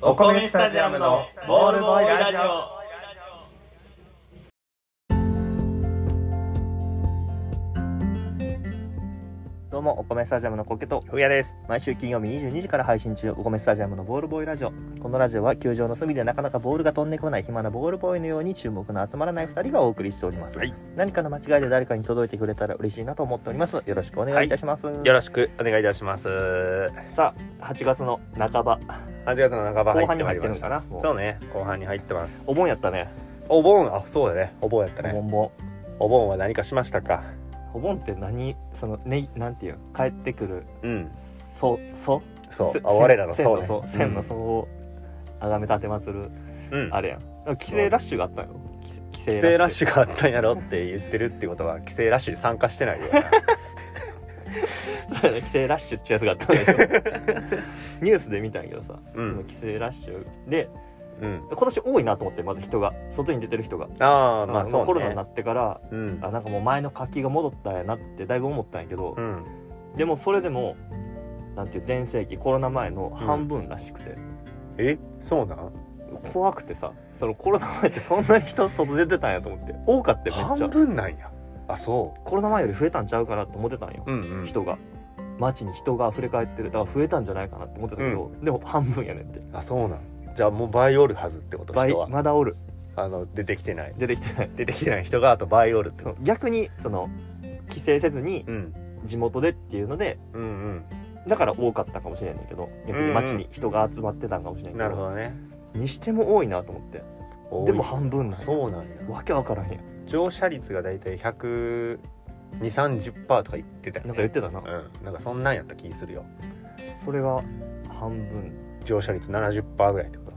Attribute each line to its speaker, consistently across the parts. Speaker 1: お米スタジアムのボールボーイラジオ
Speaker 2: どうもお米スタジアムのコケと
Speaker 3: ふうやです。
Speaker 2: 毎週金曜日22時から配信中お米スタジアムのボールボーイラジオこのラジオは球場の隅でなかなかボールが飛んでこない暇なボールボーイのように注目の集まらない2人がお送りしております、
Speaker 3: はい
Speaker 2: 何かの間違いで誰かに届いてくれたら嬉しいなと思っておりますよろしくお願いいたします、
Speaker 3: よろしくお願いいたします。8
Speaker 2: さあ8月の半ば
Speaker 3: 月の半ば
Speaker 2: 後
Speaker 3: 入っ
Speaker 2: 半
Speaker 3: て
Speaker 2: に
Speaker 3: まい
Speaker 2: 入
Speaker 3: り
Speaker 2: ってるん
Speaker 3: まし
Speaker 2: か
Speaker 3: た。
Speaker 2: なもう
Speaker 3: そうね、後半に入ってます。
Speaker 2: お盆やったね
Speaker 3: お盆、あ、そうだね、お盆やった
Speaker 2: お
Speaker 3: ね。
Speaker 2: 盆盆
Speaker 3: お盆は何かしましたか
Speaker 2: お盆って何そのねなんていう帰ってくる
Speaker 3: うん、
Speaker 2: そそ
Speaker 3: そう
Speaker 2: せ。
Speaker 3: あ、我らの
Speaker 2: 千
Speaker 3: そう
Speaker 2: の
Speaker 3: ね
Speaker 2: そ。う千のそをあがめ立てまつる
Speaker 3: うん。うん
Speaker 2: あれやん帰省ラッシュがあったよ帰
Speaker 3: 帰省ラッシュがあったんやろって言ってるってことは、帰省ラッシュに参加してないよ な。
Speaker 2: そうやね帰省ラッシュってやつがあったんでし ょニュースで見たんやけどさ、
Speaker 3: うん
Speaker 2: その帰省ラッシュで
Speaker 3: うん。
Speaker 2: 今年多いなと思ってまず人が外に出てる人が、
Speaker 3: ああ、まあ
Speaker 2: の
Speaker 3: そうね。
Speaker 2: コロナになってから
Speaker 3: うん。
Speaker 2: あなんかもう前の活気が戻ったんやなってだいぶ思ったんやけど
Speaker 3: う、ん。
Speaker 2: でもそれでもなんていう全盛期コロナ前の半分らしくて、
Speaker 3: え、そうなん
Speaker 2: 怖くてさそのコロナ前ってそんなに人外出てたんやと思って多かったよめっち
Speaker 3: 半
Speaker 2: ゃ
Speaker 3: 分なんや。あ、そ
Speaker 2: コロナ前より増えたんちゃうかなって思ってたんよ、
Speaker 3: う。うんうん。
Speaker 2: 人が街に人が溢れ返ってるだから増えたんじゃないかなって思ってたけど、でも半分やねんって
Speaker 3: あ、そうなん。じゃあもう倍おるはずってこと
Speaker 2: 倍
Speaker 3: 人は。
Speaker 2: まだおる
Speaker 3: あの、出てきてない。
Speaker 2: 出てきてない
Speaker 3: 出てきてない人があと倍おるって
Speaker 2: そ。の逆にその帰省せずに
Speaker 3: うん。
Speaker 2: 地元でっていうので
Speaker 3: うんうん。
Speaker 2: だから多かったかもしれないんだけど逆
Speaker 3: うん
Speaker 2: に
Speaker 3: うん
Speaker 2: 街に人が集まってたんかもしれないけど,、
Speaker 3: なるほどね
Speaker 2: にしても多いなと思ってでも半分なんや
Speaker 3: そうなんや
Speaker 2: わけわからへんやん
Speaker 3: 乗車率が大体1 2 3 0パーとか言ってたよ、ね、
Speaker 2: なんか言ってたな、
Speaker 3: うんなんかそんなんやった気するよ
Speaker 2: それが半分
Speaker 3: 乗車率70パーぐらいってこと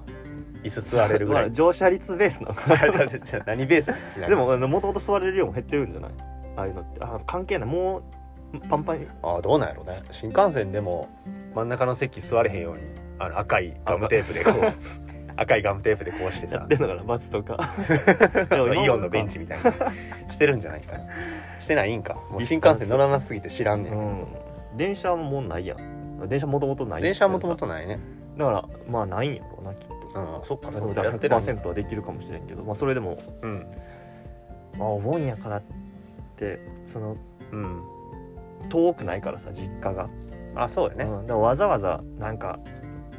Speaker 3: 椅子座れるぐら
Speaker 2: まあ
Speaker 3: い
Speaker 2: 乗車率ベースなのかな
Speaker 3: 何ベースにしない
Speaker 2: でももともと座れる量も減ってるんじゃないああいうのってあ関係ないもうパンパンに
Speaker 3: ああどうなんやろね新幹線でも真ん中の席座れへんようにあの赤いガムテープでこう赤いガムテープでこうして
Speaker 2: や
Speaker 3: さ
Speaker 2: ってんのかなバスと か
Speaker 3: あのイオンのベンチみたいなしてるんじゃないかしてないんかもう新幹線乗らなすぎて知らんね
Speaker 2: うんん電車ももうないやん電車もともとない
Speaker 3: 電車はもともとないね
Speaker 2: だからまあないんやろうなきっと
Speaker 3: うんそっかそっ
Speaker 2: だ
Speaker 3: か
Speaker 2: から
Speaker 3: やってる
Speaker 2: 100%はできるかもしれんけど、まあ、それでも、
Speaker 3: うん
Speaker 2: まあ、お盆やからってその
Speaker 3: うん
Speaker 2: 遠くないからさ実家が、
Speaker 3: あそうや
Speaker 2: う
Speaker 3: ね
Speaker 2: ん、だからわざわざなんか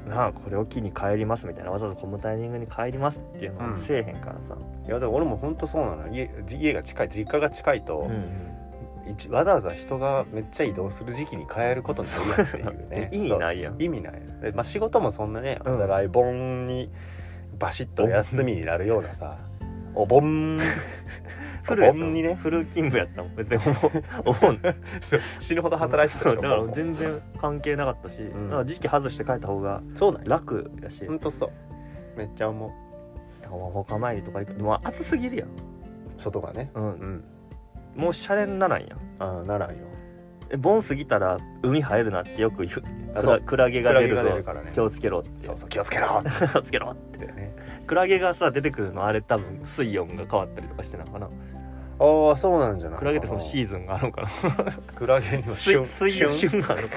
Speaker 2: なあこれを機に帰りますみたいなわざわざこのタイミングに帰りますっていうの
Speaker 3: う
Speaker 2: は
Speaker 3: ん
Speaker 2: せえへんからさ、
Speaker 3: いやでも俺も本当そうなの家家が近い実家が近いと
Speaker 2: うん、
Speaker 3: 一わざわざ人がめっちゃ移動する時期に変えることになるっていうね
Speaker 2: 意味ないやん
Speaker 3: そう意味ないでまあ仕事もそんなね
Speaker 2: うん
Speaker 3: お互い盆にバシッとお休みになるようなさ お盆
Speaker 2: フルやった
Speaker 3: お
Speaker 2: もん
Speaker 3: 盆にね
Speaker 2: フル勤務やったもん別に お盆お盆
Speaker 3: 死ぬほど働いてたでし
Speaker 2: だから
Speaker 3: ょ
Speaker 2: 全然関係なかったし、
Speaker 3: ん
Speaker 2: だから時期外して帰った方が
Speaker 3: そうなんや
Speaker 2: 楽やし、
Speaker 3: 本当そうめっちゃ思う
Speaker 2: だからまあ他参りとか行くでも暑すぎるやん、
Speaker 3: 外がね
Speaker 2: うん
Speaker 3: うん
Speaker 2: もうシャレにならんやん
Speaker 3: ああならんよ
Speaker 2: え盆過ぎたら海入るなってよく言う
Speaker 3: あ
Speaker 2: ク
Speaker 3: そ
Speaker 2: ラ
Speaker 3: う
Speaker 2: クラゲが
Speaker 3: クラ
Speaker 2: 出
Speaker 3: ゲ
Speaker 2: る
Speaker 3: が出る
Speaker 2: ぞ
Speaker 3: からね
Speaker 2: 気をつけろって
Speaker 3: そうそう気をつけろっ
Speaker 2: 気をつけろって
Speaker 3: てね
Speaker 2: クラゲがさ出てくるのあれ多分水温が変わったりとかしてなのかな
Speaker 3: ああそうなんじゃない
Speaker 2: クラゲってその
Speaker 3: ー
Speaker 2: シーズンがあるのかな
Speaker 3: クラゲにも
Speaker 2: 水
Speaker 3: 旬
Speaker 2: 水温旬があるのか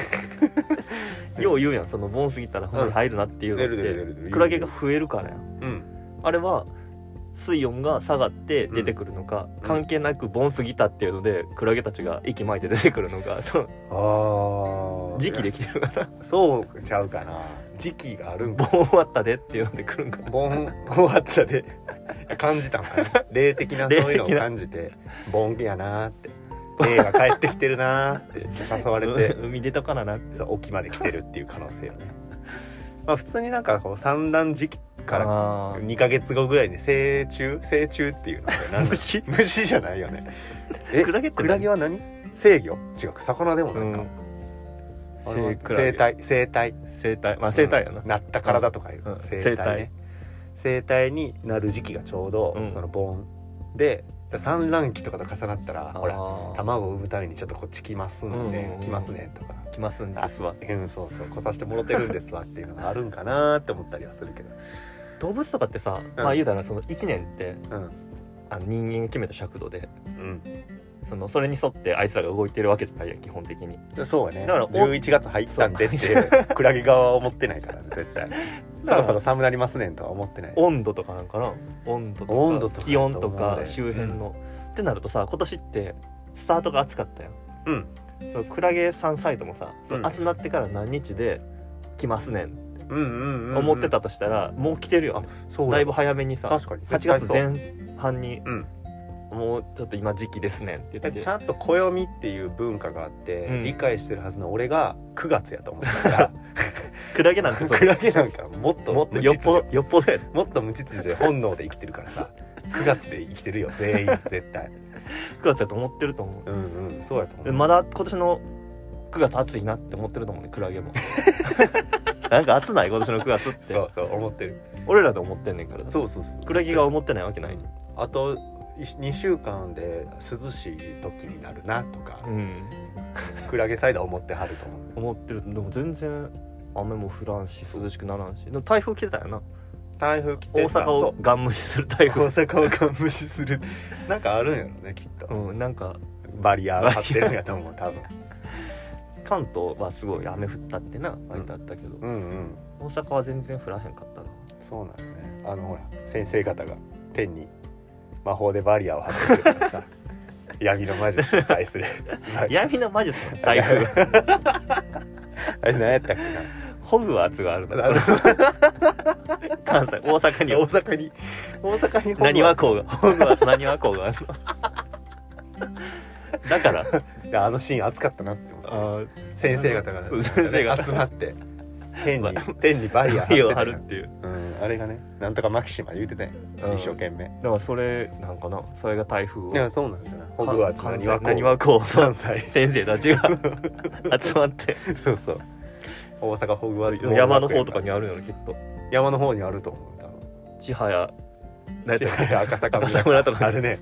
Speaker 2: な よう言うやんその盆過ぎたら海入るなっていう
Speaker 3: 出る出る出
Speaker 2: の
Speaker 3: る
Speaker 2: っ
Speaker 3: 出
Speaker 2: て
Speaker 3: る
Speaker 2: クラゲが増えるからやん
Speaker 3: うん
Speaker 2: あれは水温が下がって出てくるのか、
Speaker 3: ん
Speaker 2: 関係なく盆過ぎたっていうのでクラゲたちが息巻いて出てくるのかその
Speaker 3: ああ
Speaker 2: 時期で来てる から
Speaker 3: そうちゃうかな時期があるんか
Speaker 2: 盆終わったでっていうので来るんかな
Speaker 3: 盆終わったでいや感じたんかな霊的なそういうのを
Speaker 2: 霊的な
Speaker 3: 感じて盆やなーって霊が帰ってきてるなーって誘われて
Speaker 2: うん海出たからなって
Speaker 3: そう沖まで来てるっていう可能性よねまあ普通になんかこう産卵時期から
Speaker 2: あー
Speaker 3: 2ヶ月後ぐらいに成虫成虫っていうのは何だ
Speaker 2: 虫
Speaker 3: 虫じゃない よねえ
Speaker 2: クラゲって何
Speaker 3: クラゲは何制魚違う魚でもないか、あれは
Speaker 2: 生クラゲ
Speaker 3: 生体生体
Speaker 2: 生体まあ生体やな、
Speaker 3: なった体とかいう、
Speaker 2: うん
Speaker 3: 生体ね生体になる時期がちょうど、
Speaker 2: うん
Speaker 3: その盆で産卵期とかと重なったらほら
Speaker 2: ら
Speaker 3: 卵を産むためにちょっとこっち来ますんで、
Speaker 2: うんうんうん
Speaker 3: 来ますねとか。
Speaker 2: きますんですわ
Speaker 3: うん、そうそう来させてもろてるんですわっていうのがあるんかなーって思ったりはするけど、
Speaker 2: 動物とかってさ、まあ言うたらその1年って
Speaker 3: うん
Speaker 2: あの人間が決めた尺度で
Speaker 3: うん
Speaker 2: そのそれに沿ってあいつらが動いてるわけじゃないやん基本的に
Speaker 3: で、そうやね
Speaker 2: だからお
Speaker 3: 11月入ったんでってクラゲ側は思ってないからね絶対そろそろ寒なりますねんとは思ってない
Speaker 2: 温度とかなんかな温度とか
Speaker 3: 温度とか
Speaker 2: 気温と
Speaker 3: だと思う
Speaker 2: か
Speaker 3: ね
Speaker 2: 周辺の、ってなるとさ今年ってスタートが暑かったやん
Speaker 3: うん
Speaker 2: そのクラゲさんサイトもさ、その暑なってから何日で来ますねん
Speaker 3: うんうんうん
Speaker 2: 思ってたとしたらもう来てるよね
Speaker 3: そう
Speaker 2: だいぶ早めにさ
Speaker 3: 確かに
Speaker 2: 8月前半に、
Speaker 3: うん
Speaker 2: もうちょっと今時期ですねんって言って
Speaker 3: ちゃんと暦っていう文化があって、
Speaker 2: うん
Speaker 3: 理解してるはずの俺が9月やと思ってた か
Speaker 2: クラゲなんて
Speaker 3: ら
Speaker 2: そう
Speaker 3: クラゲなんかもっと
Speaker 2: もっとよっぽ
Speaker 3: 無秩
Speaker 2: どよっぽどやで
Speaker 3: 序もっと無秩序で本能で生きてるからさ9月 で生きてるよ全員絶対
Speaker 2: 9月だと思ってると思う
Speaker 3: うんうんそうやと思
Speaker 2: で
Speaker 3: う
Speaker 2: まだ今年の9月暑いなって思ってると思うねクラゲ もなんか暑ない今年の9月っ
Speaker 3: そ
Speaker 2: て
Speaker 3: うそう思ってる
Speaker 2: 俺らで思ってんねんから
Speaker 3: そうそうそう
Speaker 2: クラゲが思ってないわけない
Speaker 3: あと2週間で涼しい時になるなとか、
Speaker 2: ん
Speaker 3: クラゲサイダー思ってはると
Speaker 2: 思
Speaker 3: 思う
Speaker 2: ってるでも全然雨も降らんし涼しくならんしでも台風来てたよな
Speaker 3: 台風来
Speaker 2: 大
Speaker 3: てさ
Speaker 2: 阪をガン無視する台
Speaker 3: そう
Speaker 2: 風
Speaker 3: 大阪をガン無視するなんかあるんやろねきっと、
Speaker 2: うんなんか
Speaker 3: バリアー張ってるんやと思う多分
Speaker 2: 関東はすごい雨降ったってな割とあったけど、
Speaker 3: うんうん
Speaker 2: 大阪は全然降らへんかったな
Speaker 3: そうなんよねあのほら先生方が天に魔法でバリアを張ってくれたか らさ闇の魔術に対する
Speaker 2: 闇の魔術の台風
Speaker 3: あれ何やったっけ
Speaker 2: ホグワーツがあるん
Speaker 3: な
Speaker 2: だ
Speaker 3: あの
Speaker 2: 関西大阪に
Speaker 3: 大
Speaker 2: は
Speaker 3: 阪に大阪に
Speaker 2: 何はこうが ホグワーツ何はこうがある のだから
Speaker 3: うあのシーン熱かったなって思う先生方がね、
Speaker 2: そう先生が
Speaker 3: 集ま って天に天にバリア張って
Speaker 2: 火を
Speaker 3: た
Speaker 2: 張
Speaker 3: よ
Speaker 2: るっていう
Speaker 3: うん、あれがねなんとかマキシマ言うてたんや
Speaker 2: うん
Speaker 3: 一生懸命
Speaker 2: だからそれなんかなそれが台風を
Speaker 3: いやそうなんだよなホグワーツ何はこう
Speaker 2: 何はこう
Speaker 3: 関西
Speaker 2: 先生たち が集まって
Speaker 3: そうそう大阪ホグワーツ
Speaker 2: 山の方とかにあるよねきっと
Speaker 3: 山の方にあると思う多
Speaker 2: 千早何やったっけ
Speaker 3: 分赤坂
Speaker 2: 赤坂村とか
Speaker 3: あるね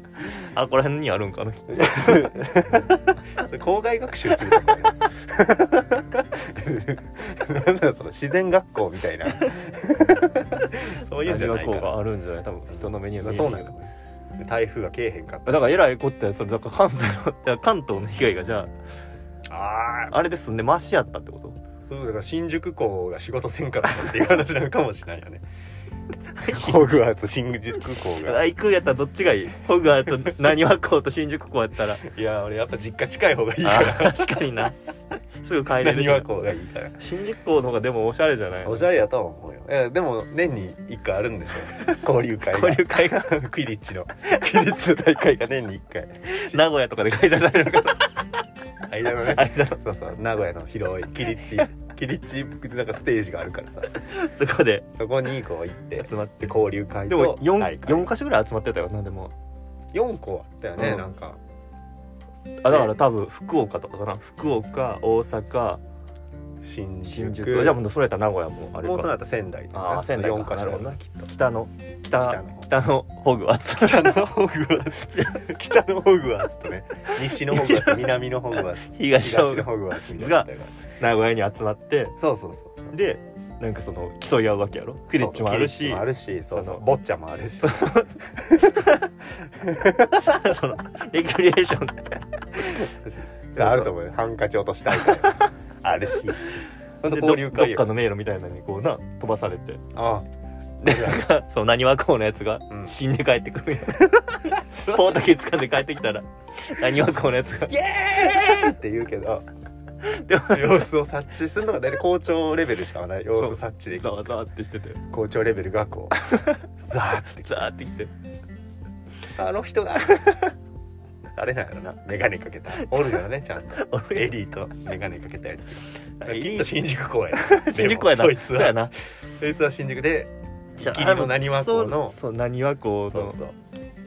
Speaker 2: あこら辺にあるんかな
Speaker 3: それ校外学習するとかねなんだその自然学校みたいなそういうんじ
Speaker 2: 何は
Speaker 3: ゃな
Speaker 2: いこ
Speaker 3: か
Speaker 2: う
Speaker 3: ら
Speaker 2: があるんじゃない多分人の目には見えへん
Speaker 3: そうなんかもね台風がけえへんかった
Speaker 2: だからえ
Speaker 3: い
Speaker 2: らいこってそれだから関西のだから関東の被害がじゃ
Speaker 3: ああ
Speaker 2: ああれで住んでマシやったってこと
Speaker 3: そうだから新宿校が仕事せんかったっていう話なのかもしれないよ ねホグワーツ新宿校が
Speaker 2: 大空やったらどっちがいいホグワーツ何はこうと新宿校や ったら
Speaker 3: いや俺やっぱ実家近い方がいい
Speaker 2: あ
Speaker 3: から
Speaker 2: ー確かになすぐ帰 れる
Speaker 3: 何
Speaker 2: し
Speaker 3: はこうがいいから
Speaker 2: 新宿校の方がでもおしゃれじゃない
Speaker 3: おしゃれやとは思うよえでも年に1回あるんでし ょ交流会が
Speaker 2: 交流会 が
Speaker 3: クイリッチのクイリッチの大会が年に1回
Speaker 2: 名古屋とかで開催さ れるから
Speaker 3: 間のね
Speaker 2: 間
Speaker 3: そうそう名古屋の広いキリッチキリッチなんかステージがあるからさ
Speaker 2: そこで
Speaker 3: そこにこう行って
Speaker 2: 集まって
Speaker 3: で交流会
Speaker 2: で
Speaker 3: と
Speaker 2: も
Speaker 3: 大
Speaker 2: 4,
Speaker 3: 会
Speaker 2: 4か所ぐらい集まってたよなでも
Speaker 3: 4個あったよね、
Speaker 2: うん
Speaker 3: なんか
Speaker 2: あだから多分福岡とかかな福岡大阪
Speaker 3: 新宿
Speaker 2: 新宿じゃあもうそれやったら名古屋もあれ
Speaker 3: もうその
Speaker 2: か
Speaker 3: 後仙台とか
Speaker 2: あー仙台か
Speaker 3: 4か所
Speaker 2: なるほど
Speaker 3: な
Speaker 2: な北の北
Speaker 3: 北の
Speaker 2: 北のホグワーツ
Speaker 3: 北のホグワーツ北のホグワーツとね西のホグワ ーツ南のホグワーツ
Speaker 2: 東の
Speaker 3: 東のホグワーツみたいなのが
Speaker 2: 名古屋に集まって
Speaker 3: そうそうそうそう
Speaker 2: でなんかその競い合うわけやろクリッチもある
Speaker 3: キリ
Speaker 2: し
Speaker 3: ッチもあるしそうそ
Speaker 2: あの
Speaker 3: うボッチャもあるし
Speaker 2: そのレクリエーションで
Speaker 3: あると思うよハンカチ落としたいから あるしほんと
Speaker 2: で
Speaker 3: 交
Speaker 2: ど
Speaker 3: 流
Speaker 2: ど
Speaker 3: 会
Speaker 2: っ
Speaker 3: よ
Speaker 2: かの迷路みたいなのにこうな飛ばされ て
Speaker 3: あ
Speaker 2: でなんかそのなにわこうのやつが
Speaker 3: うん
Speaker 2: 死んで帰ってく るやん、ポートキー掴んで帰ってきたらなにわこうのやつが
Speaker 3: イエーイって言うけど
Speaker 2: でも
Speaker 3: 様子を察知するのが大体校長レベルしかない様子察知でき
Speaker 2: ざ
Speaker 3: る
Speaker 2: わざわってしてて
Speaker 3: 校長レベルが こうザーって
Speaker 2: ザーってきて
Speaker 3: あの人が あれなんやろな眼鏡かけたおるよねちゃんとエリーと眼鏡かけたやつきっと新宿公園
Speaker 2: 新宿やな
Speaker 3: そいつ
Speaker 2: うや
Speaker 3: は
Speaker 2: な
Speaker 3: そいつは新宿で霧のなにわこうの
Speaker 2: そうそうなにわこう
Speaker 3: そ
Speaker 2: の
Speaker 3: うそ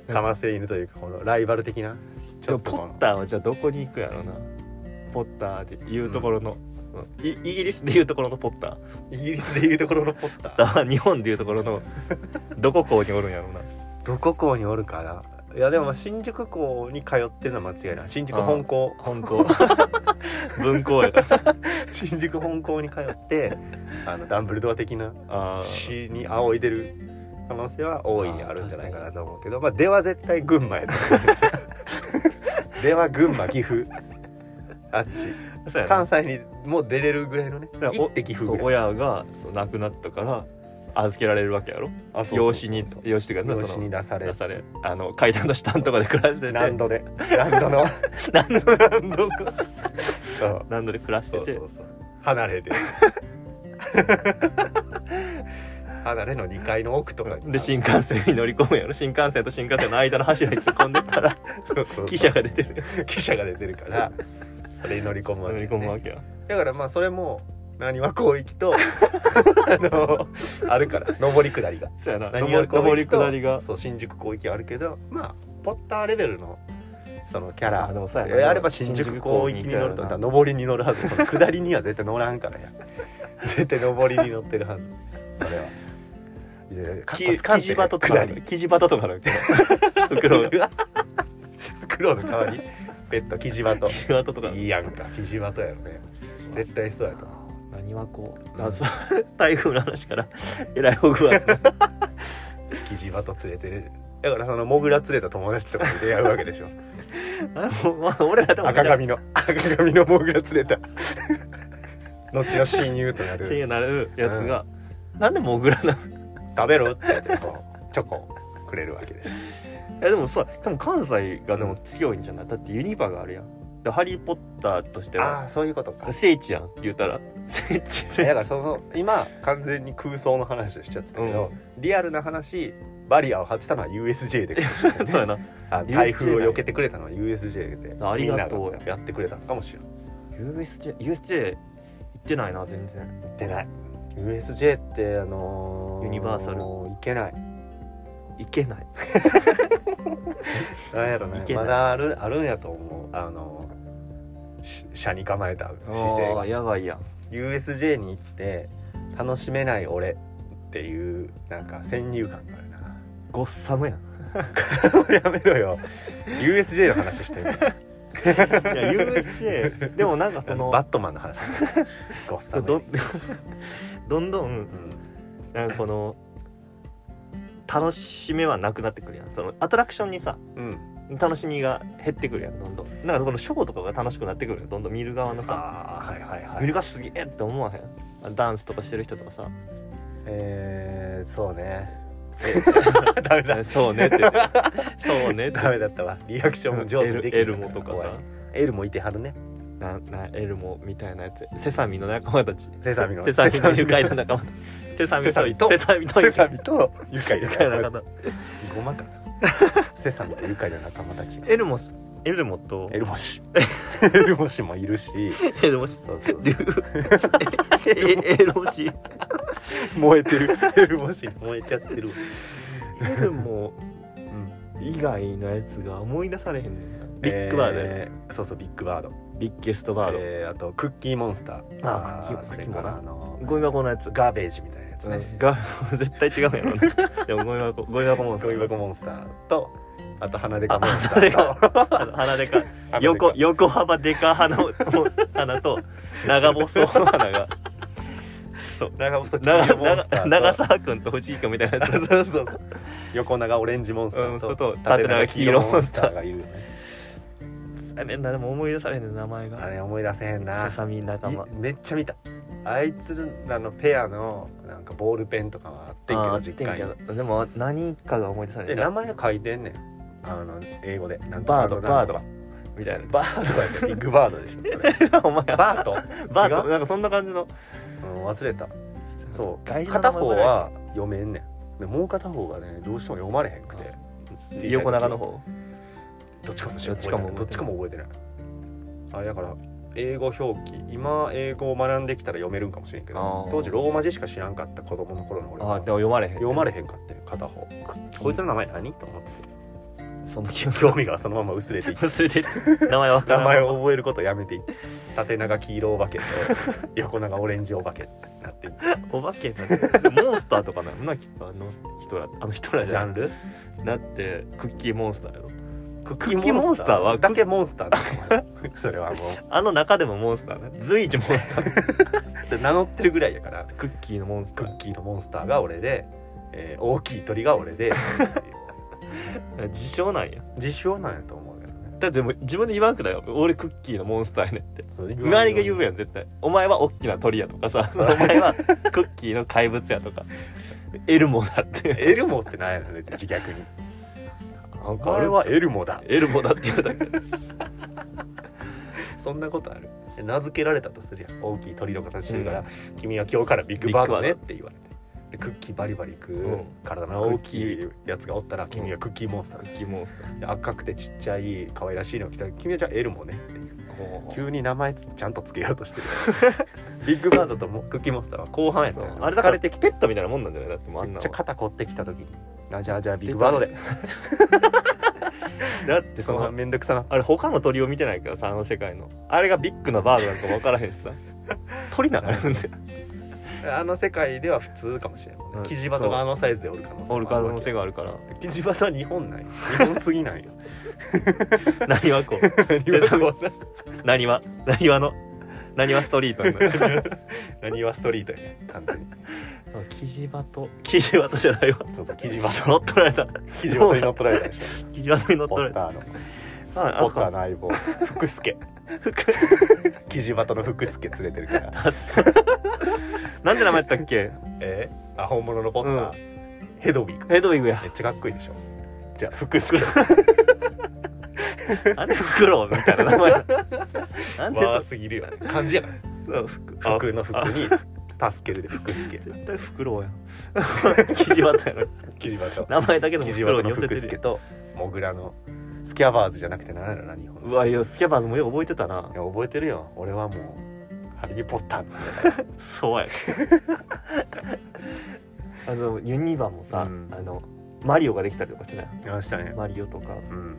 Speaker 3: うかませ犬というかこのライバル的なち
Speaker 2: で
Speaker 3: ょ
Speaker 2: も
Speaker 3: っと
Speaker 2: ポ
Speaker 3: こ
Speaker 2: ッ
Speaker 3: の
Speaker 2: ターはじゃあどこに行くやろなポッターでいうところの、うんいイギリスでいうところのポッタ
Speaker 3: イギリスでいうところのポッター
Speaker 2: ー日本でいうところのどこ校におるんやろな
Speaker 3: どこ校におるかないやでもまあ新宿校に通ってるのは間違いない新宿本校
Speaker 2: 本校 文校やから
Speaker 3: 新宿本校に通ってあのダンブルドア的な
Speaker 2: あー
Speaker 3: 死に仰いでる可能性は大いにあるんじゃないかなと思うけどまあ出は絶対群馬やと思 う出は群馬岐阜あっち
Speaker 2: そうやな
Speaker 3: 関西にもう出れるぐらいのね
Speaker 2: だから
Speaker 3: 行って岐阜
Speaker 2: そう
Speaker 3: ぐらい
Speaker 2: 親がそう亡くなったから預けられるわけやろ
Speaker 3: あそうそうそう
Speaker 2: 養子に養子っていうか
Speaker 3: 養
Speaker 2: ね
Speaker 3: 子
Speaker 2: そ
Speaker 3: に
Speaker 2: の
Speaker 3: 出され
Speaker 2: 出されあの階段の下のとこで暮らしてて
Speaker 3: 何度で何度の
Speaker 2: 何度何度か
Speaker 3: そう
Speaker 2: 何度で暮らして
Speaker 3: そうそ
Speaker 2: て
Speaker 3: うそう離れで離れの2階の奥とかに
Speaker 2: で新幹線に乗り込むやろ新幹線と新幹線の間の柱に突っ込んでったら
Speaker 3: そうそうそう
Speaker 2: 汽車が出てる
Speaker 3: 汽車が出てるからそれに乗り込むわ
Speaker 2: 乗
Speaker 3: け,、
Speaker 2: り
Speaker 3: ね、
Speaker 2: 込むわけや
Speaker 3: だからまあそれも何は広 域とあのあるから上り下りが
Speaker 2: そうやな
Speaker 3: 何は
Speaker 2: 上り下りが
Speaker 3: そう新宿広域はあるけどまあポッターレベルのそのキャ
Speaker 2: あ
Speaker 3: ラ
Speaker 2: でもそうやな
Speaker 3: であれば新宿広域に乗ると
Speaker 2: 新宿広域やな
Speaker 3: 上りに乗 るはずその下りには絶対乗らんからや絶対上りに乗ってるはずそれは。いやかっこ
Speaker 2: き
Speaker 3: つかん
Speaker 2: 生地
Speaker 3: でる
Speaker 2: バタとか
Speaker 3: 下り
Speaker 2: 生地バタとかの袋生
Speaker 3: 黒の代わりペットキジバト
Speaker 2: 地バタとか
Speaker 3: いいやんかキジバトやろね絶対そうやと思う
Speaker 2: 何はこう、
Speaker 3: うん
Speaker 2: あそう台風の話からえらいホグワーツ
Speaker 3: キジバト連れてるだからそのモグラ連れた友達とかに出会うわけでしょ
Speaker 2: あ のまあ俺らでも
Speaker 3: 赤髪の赤髪のモグラ連れた後の親友とな
Speaker 2: 親友
Speaker 3: る
Speaker 2: になるやつが、なんでモグラなのい
Speaker 3: 食べろって言ってこうチョコをくれるわけでしょ
Speaker 2: やでもさ多分関西がでも強いんじゃないだってユニバがあるやんでハリー・ポッターとしては
Speaker 3: ああそう いうことか
Speaker 2: 聖地やん言うたら聖地
Speaker 3: だからその今完全に空想の話をしちゃってたけど、リアルな話バリアを張ってたのは USJ で
Speaker 2: そうやな
Speaker 3: あ台風を避けてくれたのは USJ で
Speaker 2: ありがとう
Speaker 3: みんながやってくれたのかもしれない
Speaker 2: USJ USJ 行ってないな全然
Speaker 3: 出ない USJ ってあのー
Speaker 2: ユニバーサル
Speaker 3: 行けない
Speaker 2: 行けない
Speaker 3: なんやろね
Speaker 2: いけない
Speaker 3: まだあるあるんやと思うあのし車に構えた姿勢
Speaker 2: あ
Speaker 3: が
Speaker 2: あやばいやん
Speaker 3: USJ に行って楽しめない俺っていうなんか先入観があるな
Speaker 2: ゴッサムやん
Speaker 3: やめろよ USJ の話して る
Speaker 2: いや USJ でもなんかその
Speaker 3: バットマン の話ゴッサム
Speaker 2: ど どんどん
Speaker 3: うん
Speaker 2: なんかこの楽しみはなくなってくるやんそのアトラクションにさ
Speaker 3: うん
Speaker 2: 楽しみが減ってくるやんどんどんなんかこのショーとかが楽しくなってくるよどんどん見る側のさ
Speaker 3: あーはいはいは
Speaker 2: 見る
Speaker 3: い
Speaker 2: 側すげえって思わへんあダンスとかしてる人とか さ
Speaker 3: えー、そうね
Speaker 2: ダメだそうねって言ってそうねって
Speaker 3: ダメだったわリアクションも上手にでき
Speaker 2: エルエルモとか
Speaker 3: 怖い
Speaker 2: さ
Speaker 3: エルモいてはるね
Speaker 2: ななエルモみたいなやつセサミの仲間たち
Speaker 3: セサミの
Speaker 2: セサミの愉快な仲間セサミ
Speaker 3: セサミと
Speaker 2: セサミと
Speaker 3: セサミと愉快
Speaker 2: 愉
Speaker 3: な
Speaker 2: 快な
Speaker 3: 仲
Speaker 2: 仲
Speaker 3: 間
Speaker 2: 間
Speaker 3: ごまかなセサミと愉快な仲間たちが
Speaker 2: エルモスエルモと
Speaker 3: エルモ シエルモシもいるし
Speaker 2: エルモス
Speaker 3: そうそう
Speaker 2: デュエルモシ
Speaker 3: 燃えてるエルモシ燃えちゃってる、
Speaker 2: エルモ
Speaker 3: うん、
Speaker 2: 以外のやつが思い出されへんねんなビッグバードやね
Speaker 3: えーそうそうビッグバード
Speaker 2: ビッゲストバード、
Speaker 3: えーあとクッキーモンスター
Speaker 2: あークッキー
Speaker 3: それ
Speaker 2: クッキーモ
Speaker 3: か
Speaker 2: ンな
Speaker 3: らあの
Speaker 2: ゴミ箱のやつ
Speaker 3: ガーベージみたいなやつね、
Speaker 2: が絶対違うんやろうなでもゴミ箱ゴミ箱も
Speaker 3: ゴミ箱モンスターとあと鼻でかモンスタ
Speaker 2: 鼻で
Speaker 3: ーと
Speaker 2: かあの鼻でか横横幅でか鼻を鼻と長細の鼻が
Speaker 3: 長細キ
Speaker 2: 長
Speaker 3: モンスター
Speaker 2: 長
Speaker 3: と
Speaker 2: 長澤君と藤井君みたいなや
Speaker 3: そうそうそう そう横長オレンジモンスター
Speaker 2: う
Speaker 3: と
Speaker 2: んそうそう
Speaker 3: 縦長黄色モンスターがいるよね
Speaker 2: つやねんなでも思い出されへんねん名前
Speaker 3: あ
Speaker 2: が
Speaker 3: れ思い出せへんな
Speaker 2: セサミ仲間
Speaker 3: いめっちゃ見たあいつらのペアのなんかボールペンとかはあって
Speaker 2: あーあっ
Speaker 3: ん
Speaker 2: てん
Speaker 3: けど実家に
Speaker 2: けどでも何かが思い出され
Speaker 3: で
Speaker 2: へんな
Speaker 3: 名前書いてんねんあの英語でなんとか
Speaker 2: バード
Speaker 3: な
Speaker 2: バ
Speaker 3: ん
Speaker 2: ー
Speaker 3: と
Speaker 2: ド
Speaker 3: か
Speaker 2: みたい
Speaker 3: バー ドじゃんビッグバードでしょそれ
Speaker 2: な お前バ
Speaker 3: バート
Speaker 2: バーと
Speaker 3: 違う
Speaker 2: なんかそんな感じの
Speaker 3: うん忘れたそう
Speaker 2: 外人の名前
Speaker 3: 片方は読めんねんでもう片方がねどうしても読まれへんくて小さい時
Speaker 2: 横長の方
Speaker 3: どっちかも
Speaker 2: どっちかも
Speaker 3: どっちかも覚えてないあれだから英語表記今英語を学んできたら読めるんかもしれんけ
Speaker 2: あ
Speaker 3: ど
Speaker 2: ー
Speaker 3: 当時ローマ字しか知らんかった子供の頃の俺
Speaker 2: あ
Speaker 3: は
Speaker 2: ーでも読まれへん
Speaker 3: 読まれへんかって片方こいつの名前何と思って
Speaker 2: その記憶
Speaker 3: 興味がそのまま薄れていっ
Speaker 2: 忘れ てる名前わか
Speaker 3: 名
Speaker 2: らん
Speaker 3: 前を覚えることやめていって縦長黄色お化け と横長オレンジお化けってなっていっ
Speaker 2: お化けになってモンスターとかなのなきっとあの人らあの人ら
Speaker 3: たジ
Speaker 2: じゃ
Speaker 3: ャ
Speaker 2: ん
Speaker 3: ンル
Speaker 2: だってクッキーモンスターやろクッキーモンスターは
Speaker 3: だけモンスターだからそれはも
Speaker 2: あの中でもモンスターね随一モンスター
Speaker 3: う で名乗ってるぐらいやから
Speaker 2: クッキーのモンスタ
Speaker 3: クッキーのモンスターが俺で、えー大きい鳥が俺で
Speaker 2: ー自称なんや
Speaker 3: 自称なんやと思うけどね
Speaker 2: だってもう自分で言わんくないよ俺クッキーのモンスターやねんって
Speaker 3: 周り
Speaker 2: 周りが言うやん絶対お前はおっきな鳥やとか さお前はクッキーの怪物やとかエルモだって
Speaker 3: エルモって何やねんって逆に
Speaker 2: なん
Speaker 3: あれはエルモだ
Speaker 2: エルモだって言うだけ
Speaker 3: そんなことある名付けられたとするやん大きい鳥の形してるから、君は今日からビッグバンドねって言われてでクッキーバリバリ食う、
Speaker 2: うん
Speaker 3: 体の大きいやつがおったら君はクッキーモンスター
Speaker 2: ク、ッキーモンスター
Speaker 3: で赤くてちっちゃい可愛らしいの着たら君はじゃあエルモねって急に名前つちゃんとつけようと してるビッグバンドともクッキーモンスターは後半やった
Speaker 2: そう
Speaker 3: から
Speaker 2: あれだから
Speaker 3: 疲れて
Speaker 2: ペ
Speaker 3: きて
Speaker 2: ットみたいなもんなんじゃないだってもうあん
Speaker 3: め
Speaker 2: な
Speaker 3: っ
Speaker 2: ん
Speaker 3: ちゃ
Speaker 2: は
Speaker 3: 肩凝ってきた時にあじゃあじゃあビッグバンドで
Speaker 2: だってそ
Speaker 3: その
Speaker 2: の
Speaker 3: 面倒くさな
Speaker 2: あれ他の鳥を見てないからさあの世界のあれがビッグなバードなんか分からへんし さ鳥なのよね
Speaker 3: あの世界では普通かもしれない、
Speaker 2: うん
Speaker 3: キジバトがあのサイズでおる可能性もあ
Speaker 2: オル
Speaker 3: る
Speaker 2: カの
Speaker 3: わけ
Speaker 2: 性があるから
Speaker 3: キジバトは日本ない 日本すぎないよ
Speaker 2: 何はこう何は何はの何はストリートに なる
Speaker 3: 何はストリートやね完全に
Speaker 2: キジバトキジバトじゃないわ
Speaker 3: そうそうキジバト
Speaker 2: 乗っ取られた
Speaker 3: キジバトに乗っ取られたでし
Speaker 2: キジバトに乗
Speaker 3: ょ
Speaker 2: っ
Speaker 3: ポ
Speaker 2: 取ら
Speaker 3: ッ
Speaker 2: れた
Speaker 3: ターの
Speaker 2: あ
Speaker 3: ポ
Speaker 2: あ
Speaker 3: ッターの相棒
Speaker 2: 福助
Speaker 3: キジバトの福助連れてるから
Speaker 2: なんて名前やったっけ
Speaker 3: えー、あ本物のポッター、ヘドウィグ
Speaker 2: ヘドウィグや
Speaker 3: めっちゃかっこいいでしょじゃあ福助
Speaker 2: あれフクロウみたいな名前だなんで
Speaker 3: わーすぎるよね漢字やから
Speaker 2: そう福
Speaker 3: 福の福
Speaker 2: あ
Speaker 3: に助けるで福助
Speaker 2: 絶対フクロウやんキジバトやろ
Speaker 3: キジバト
Speaker 2: 名前だけでも
Speaker 3: キ
Speaker 2: フク
Speaker 3: ジバ
Speaker 2: ロ
Speaker 3: ト
Speaker 2: ウに
Speaker 3: の
Speaker 2: 寄せてる
Speaker 3: 福助
Speaker 2: やん
Speaker 3: とモグラのスキャバーズじゃなくて何やろな日本の
Speaker 2: うわいやスキャバーズもよう覚えてたない
Speaker 3: や覚えてるよ俺はもうハリー・ポッター
Speaker 2: そうやあのユニバもさ、
Speaker 3: うん
Speaker 2: あのマリオができたりとかしてない
Speaker 3: やましたね
Speaker 2: マリオとか
Speaker 3: うん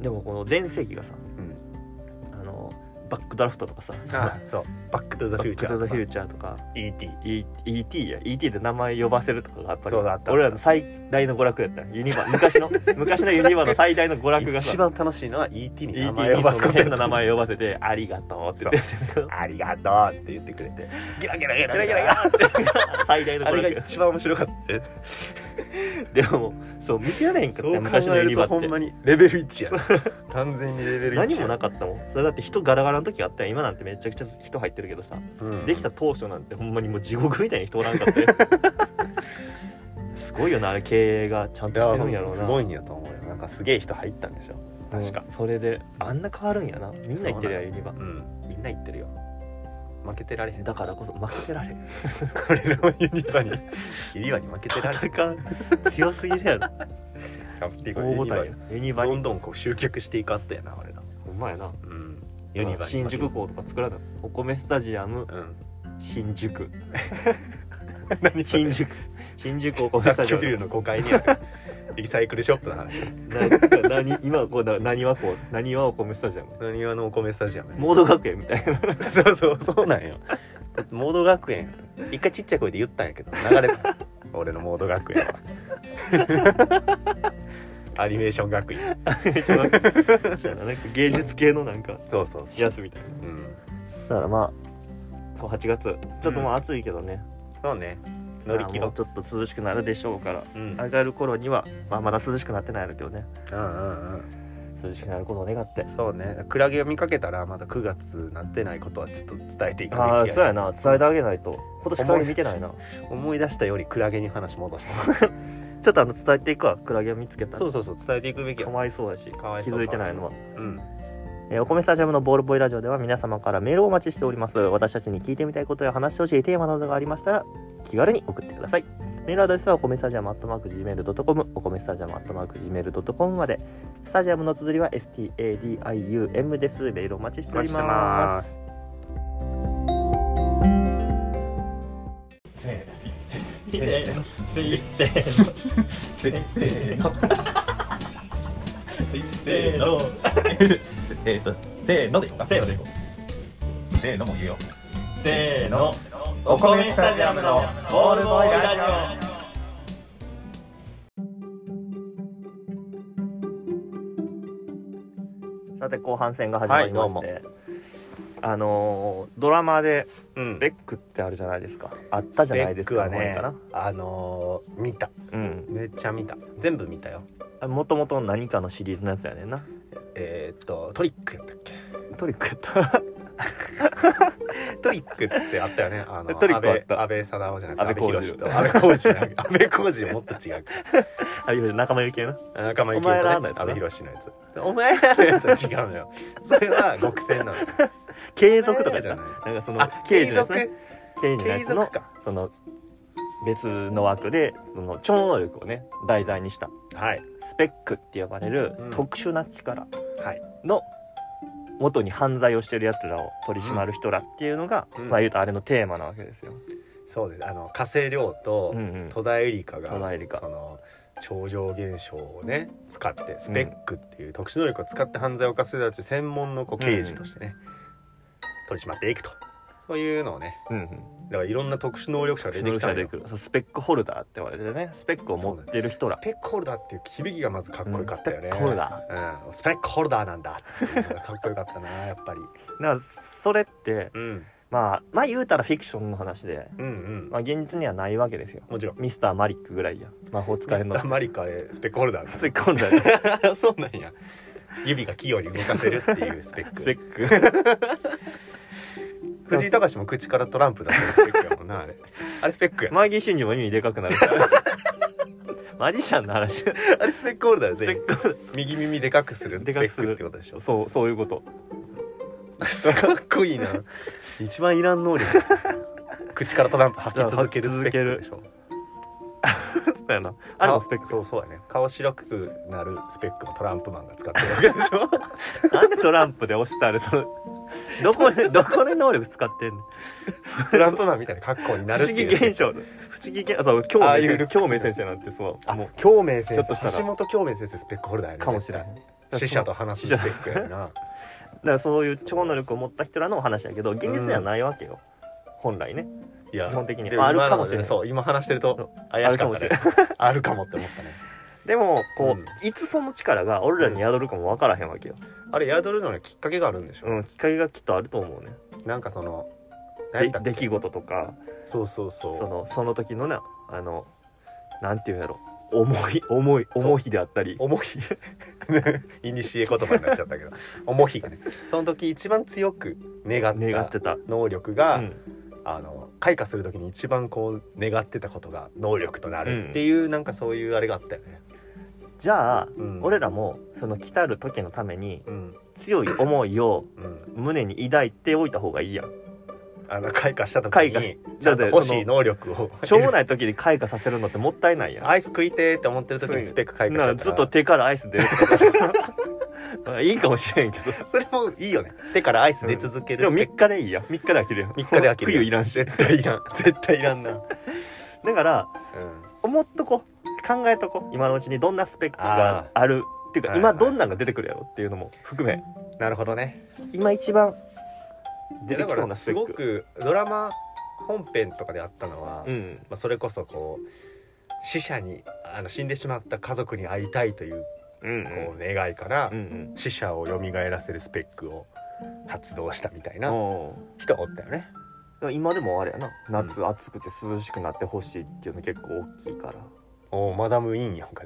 Speaker 2: でもこの全盛期がさ
Speaker 3: うん
Speaker 2: あのバックドラフトとかさ
Speaker 3: あそうバック・トゥ・ザ・フ
Speaker 2: バ
Speaker 3: ュー
Speaker 2: ック
Speaker 3: チャ
Speaker 2: ド
Speaker 3: ー
Speaker 2: ザフューチャーとか
Speaker 3: E.T.
Speaker 2: E- ET や ET で名前呼ばせるとかがやっぱり
Speaker 3: そうだあった
Speaker 2: 俺らの最大の娯楽やったユニバ昔 の昔のユニバの最大の娯楽がさ
Speaker 3: 一番楽しいのは E.T. に
Speaker 2: ET
Speaker 3: 名
Speaker 2: に
Speaker 3: 前呼ばす
Speaker 2: そ
Speaker 3: こ
Speaker 2: の
Speaker 3: と
Speaker 2: 変な名前呼ばせて「ありがとう」って言って
Speaker 3: ありがとうって言ってくれてギラギラ
Speaker 2: 「
Speaker 3: ギラ
Speaker 2: ゲ
Speaker 3: ギ
Speaker 2: ラ
Speaker 3: ラ
Speaker 2: ゲ
Speaker 3: ギ
Speaker 2: ラゲ
Speaker 3: ラ
Speaker 2: ラ」って 最 大の
Speaker 3: あ
Speaker 2: 娯楽
Speaker 3: れが
Speaker 2: や
Speaker 3: 一番面白かったね
Speaker 2: でもそう見てられへんかった
Speaker 3: そう
Speaker 2: よ
Speaker 3: 考
Speaker 2: 昔の
Speaker 3: え
Speaker 2: ユ
Speaker 3: る
Speaker 2: ニバ
Speaker 3: と
Speaker 2: って
Speaker 3: ほんまにレベル1やな完全にレベル1
Speaker 2: 何もな
Speaker 3: く
Speaker 2: かったもんそれだって人ガラガラの時があったよ今なんてめちゃくちゃ人入ってるけどさ、できた当初なんてほんまにもう地獄みたいに人おらんかった よすごいよなあれ経営がちゃんとしてるんやろうな
Speaker 3: すごいんやと思うよなんかすげえ人入ったんでしょ確か
Speaker 2: うんそれであんな変わるんやなみんな言ってるやんユニバ
Speaker 3: うんみんな言ってるよ負けてられへん
Speaker 2: だからこそ負けてられん
Speaker 3: 俺らもユニバ にユニバに負けてられへん
Speaker 2: 戦い強すぎるやろ大
Speaker 3: 大
Speaker 2: 舞
Speaker 3: 舞台
Speaker 2: 台や ユニバ
Speaker 3: ど
Speaker 2: に
Speaker 3: んどんこう集客していかったやな俺ら
Speaker 2: ほんまやな
Speaker 3: うん
Speaker 2: 新宿港とか作られたお米スタジアム
Speaker 3: うん
Speaker 2: 新 宿
Speaker 3: 何
Speaker 2: 新宿新宿お米スタ
Speaker 3: 雑
Speaker 2: ジア
Speaker 3: 居
Speaker 2: ム
Speaker 3: ビルの5階にあるリサイクルショップの話
Speaker 2: な何今こうな何はこう何はお米スタジアム
Speaker 3: なにわのお米スタジアム
Speaker 2: モード学園みたいな
Speaker 3: そうそうそうなんよモード学園一回ちっちゃい声で言ったんやけど流れた俺のモード学園 はアニメーション学院
Speaker 2: そうやななんか芸術系のなんか
Speaker 3: そうそうそ
Speaker 2: やつみたいな
Speaker 3: う、うん、
Speaker 2: だからまあそう8月ちょっともう暑いけどね、
Speaker 3: そうね乗り切
Speaker 2: まあ
Speaker 3: ろ
Speaker 2: もうちょっと涼しくなるでしょうから
Speaker 3: ううん
Speaker 2: 上がる頃には、まあ、まだ涼しくなってないやろうけどね
Speaker 3: うんうんうん
Speaker 2: 涼しくなることを願って
Speaker 3: そうねクラゲを見かけたらまだ9月なってないことはちょっと伝えてい
Speaker 2: あ
Speaker 3: か
Speaker 2: あ
Speaker 3: なきゃいけ
Speaker 2: そう
Speaker 3: ない
Speaker 2: やな伝えてあげないと今年クラゲ見てないな
Speaker 3: 思い出したよりクラゲに話戻した
Speaker 2: ちょっとあの伝えていくわクラゲを見つけたら
Speaker 3: そうそうそう伝えていくべき
Speaker 2: か
Speaker 3: よ
Speaker 2: わいそうだし
Speaker 3: かわい
Speaker 2: 気
Speaker 3: そう
Speaker 2: づいてないのは
Speaker 3: うん
Speaker 4: えーお米スタジアムのボールボーイラジオでは皆様からメールをお待ちしております私たちに聞いてみたいことや話してほしいテーマなどがありましたら気軽に送ってくださいメールアドレスはお米スタジアムアットマーク Gmail.com お米スタジアムアットマーク Gmail.com までスタジアムの綴りは STADIUM ですメールお待ちしております
Speaker 2: せーのせーのせーの
Speaker 1: えー、と、せーのでいこうか。せーのでいこう。せーのも言うよ。
Speaker 2: せーの
Speaker 1: お米スタジアムのボールボーイラジオ。
Speaker 4: さて後半戦が始まりまして、
Speaker 2: は
Speaker 4: あのードラマで
Speaker 3: うん
Speaker 4: スペックってあるじゃないですか、あったじゃないですか
Speaker 3: スペ
Speaker 4: 前
Speaker 3: ッ
Speaker 4: か
Speaker 3: クは
Speaker 4: な
Speaker 3: ねあのー見た
Speaker 4: うん
Speaker 3: めっちゃ見た全部見たよ
Speaker 4: もともと何かのシリーズのやつやねんな
Speaker 3: えーっとトリックやったっけ
Speaker 2: トリックやった
Speaker 3: トリックってあったよね。あ の
Speaker 1: トリックあった
Speaker 3: 安倍安倍貞夫じゃなくて
Speaker 1: 安倍浩二
Speaker 3: 安倍浩二じゃなくて 安倍浩二もっと違う。
Speaker 2: あいや仲間由紀恵な
Speaker 3: 仲間由紀
Speaker 1: お前ら
Speaker 3: 恵
Speaker 1: の
Speaker 3: と
Speaker 1: や
Speaker 3: ね
Speaker 1: つな
Speaker 3: 安倍博のやつ。お前らのやつは違うのよ。 それは極戦なの。
Speaker 2: 継続とかやった
Speaker 3: じゃない
Speaker 2: なんかその
Speaker 3: あ、
Speaker 2: 刑
Speaker 3: 継
Speaker 2: 事のやつ
Speaker 3: 続
Speaker 2: ね刑事の
Speaker 3: 継
Speaker 2: やつ
Speaker 3: 続
Speaker 2: の
Speaker 3: か。
Speaker 2: その別の枠でその超能力をね題材にした
Speaker 3: はい
Speaker 2: スペックって呼ばれる
Speaker 3: うん
Speaker 2: 特殊な力
Speaker 3: はい。
Speaker 2: の元に犯罪をしてるやつらを取り締まる人らっていうのが、
Speaker 3: うん
Speaker 2: まあ言うとあれのテーマなわけですよ。
Speaker 3: そうです。あの加瀬亮と
Speaker 2: うんうん
Speaker 3: 戸田恵梨香が
Speaker 2: 戸田恵梨香
Speaker 3: その超常現象をね使ってスペックっていう特殊能力を使って犯罪を犯す人たち専門のこう刑事としてね、取り締まっていくと。そういうのをね、
Speaker 2: うんうん
Speaker 3: だからいろんな特殊能力者が出て
Speaker 2: 能
Speaker 3: き
Speaker 2: 力
Speaker 3: た
Speaker 2: 者
Speaker 3: の
Speaker 2: で
Speaker 3: よ
Speaker 2: 来るそうスペックホルダーって言われてねスペックを持ってる人ら
Speaker 3: スペックホルダーっていう響きがまずかっこよかったよね、
Speaker 2: うんスペックホルダ
Speaker 3: ー、うん、スペックホルダーなんだっていうのがかっこよかったなやっぱり、
Speaker 2: だからそれって
Speaker 3: うん、
Speaker 2: まあまあ言うたらフィクションの話で、
Speaker 3: うんうん
Speaker 2: まあ、現実にはないわけですよ
Speaker 3: もちろん
Speaker 2: ミスターマリックぐらいや魔法使
Speaker 3: ミ
Speaker 2: い
Speaker 3: ス
Speaker 2: の
Speaker 3: ターマリカへスペックホルダー
Speaker 2: 突っ込んだ ね
Speaker 3: そうなんや指が器用に動かせるっていうスペック
Speaker 2: スペック
Speaker 3: 藤井隆も口からトランプ出せるスペックやもんなあれあれスペックや
Speaker 2: マーギー真珠も耳でかくなるから マジシャンの話ス
Speaker 3: あれスペックホルダーよ
Speaker 2: ペ
Speaker 3: 全員
Speaker 2: ック
Speaker 3: 右耳でかくするスペ
Speaker 2: でかく
Speaker 3: ッ
Speaker 2: す
Speaker 3: ク
Speaker 2: る
Speaker 3: ってことでしょ
Speaker 2: そうそういうこと
Speaker 3: かっこいいな一番いらん能力口からトランプ吐き続けるスペックでしょ
Speaker 2: そうやなあれもスペック
Speaker 3: そうそうやね顔白くなるスペックもトランプマンが使ってるわけでしょ
Speaker 2: なんでトランプで押したあれそのどこでどこで能力使ってんの
Speaker 3: トランプマンみたいな格好にな
Speaker 2: 不
Speaker 3: るっ
Speaker 2: 思
Speaker 3: て
Speaker 2: 議
Speaker 3: いう
Speaker 2: 現象不思議現象そう京
Speaker 3: ああ
Speaker 2: 明
Speaker 3: いう
Speaker 2: 先
Speaker 3: ル
Speaker 2: 生
Speaker 3: ックス
Speaker 2: 京明先生なんてそうもう
Speaker 3: 京明先
Speaker 2: ひょっとした
Speaker 3: 生
Speaker 2: ら
Speaker 3: 橋本京明先生スペックホルダーやね
Speaker 2: かもしれない
Speaker 3: 死者と話すス
Speaker 2: 死
Speaker 3: ペ
Speaker 2: 者だ
Speaker 3: ックやねんな
Speaker 2: からそういう超能力を持った人らのお話やけど現実にはないわけよ、本来ね
Speaker 3: いや
Speaker 2: 基本的に
Speaker 3: でも
Speaker 2: ある
Speaker 3: 今の
Speaker 2: かもしれない
Speaker 3: そう今話してると怪
Speaker 2: ある
Speaker 3: し
Speaker 2: か
Speaker 3: かっ
Speaker 2: も
Speaker 3: た
Speaker 2: しれ
Speaker 3: ね
Speaker 2: ない
Speaker 3: あるかもって思ったね
Speaker 2: でもこう、
Speaker 3: う
Speaker 2: いつその力が俺らに宿るかも分からへんわけよ
Speaker 3: あれ宿るのにきっかけがあるんでしょ、
Speaker 2: うんきっかけがきっとあると思うね
Speaker 3: なんかその何や
Speaker 2: で
Speaker 3: ったっけ
Speaker 2: 出来事とか
Speaker 3: そうそうそう
Speaker 2: そのその時のねあのなんていうんやろ重い重い重いであったり
Speaker 3: 重い いにしえ言葉になっちゃったけど重いがねその時一番強く願っ
Speaker 2: 願ったてた、
Speaker 3: 能力
Speaker 2: う
Speaker 3: が、
Speaker 2: ん、
Speaker 3: あの開花する時に一番こう願ってたことが能力となるっていう、なんかそういうあれがあったよね、
Speaker 2: じゃあ、
Speaker 3: うん
Speaker 2: 俺らもその来たる時のために
Speaker 3: うん
Speaker 2: 強い思いを
Speaker 3: うん、
Speaker 2: 胸に抱いておいた方がいいやん
Speaker 3: あの開花した時
Speaker 2: 開花
Speaker 3: に
Speaker 2: し
Speaker 3: ちゃ
Speaker 2: だっ
Speaker 3: んと
Speaker 2: て
Speaker 3: 欲し
Speaker 2: その
Speaker 3: い能力を
Speaker 2: しょうもない時に開花させるのってもったいないやん
Speaker 3: アイス食いてーって思ってる時にスペック開花
Speaker 2: な
Speaker 3: し
Speaker 2: んか
Speaker 3: ちゃ
Speaker 2: ず
Speaker 3: っ
Speaker 2: った
Speaker 3: ら
Speaker 2: と手からアイス出るとか まあいいかもしれんけど
Speaker 3: それもいいよね手からアイス出続け
Speaker 2: で
Speaker 3: る
Speaker 2: も
Speaker 3: スペ
Speaker 2: 3
Speaker 3: ッ
Speaker 2: 日でいいや3日で飽きるやん
Speaker 3: ク3日で飽きる
Speaker 2: 冬いらんし
Speaker 3: 絶対いらん絶対いらんな、うん、
Speaker 2: だから思っとこ考えとこ今のうちにどんなスペックがあるっていうか
Speaker 3: はいは
Speaker 2: 今
Speaker 3: い
Speaker 2: どんなんが出てくるやろっていうのも含め
Speaker 3: なるほどね
Speaker 2: 今一番出
Speaker 3: で
Speaker 2: て
Speaker 3: だ
Speaker 2: き
Speaker 3: か
Speaker 2: そうな
Speaker 3: ら
Speaker 2: スペ
Speaker 3: す
Speaker 2: ッ
Speaker 3: ご
Speaker 2: ク
Speaker 3: くドラマ本編とかであったのは、
Speaker 2: うん
Speaker 3: まあ、それこそこう死者にあの死んでしまった家族に会いたいという
Speaker 2: うん
Speaker 3: こう願いから、
Speaker 2: うんうん
Speaker 3: 死者を蘇らせるスペックを発動したみたいな
Speaker 2: おー
Speaker 3: 人がおったよね
Speaker 2: 今でもあれやな夏暑くて涼しくなってほしいっていうの結構大きいから
Speaker 3: おおマダムインやんか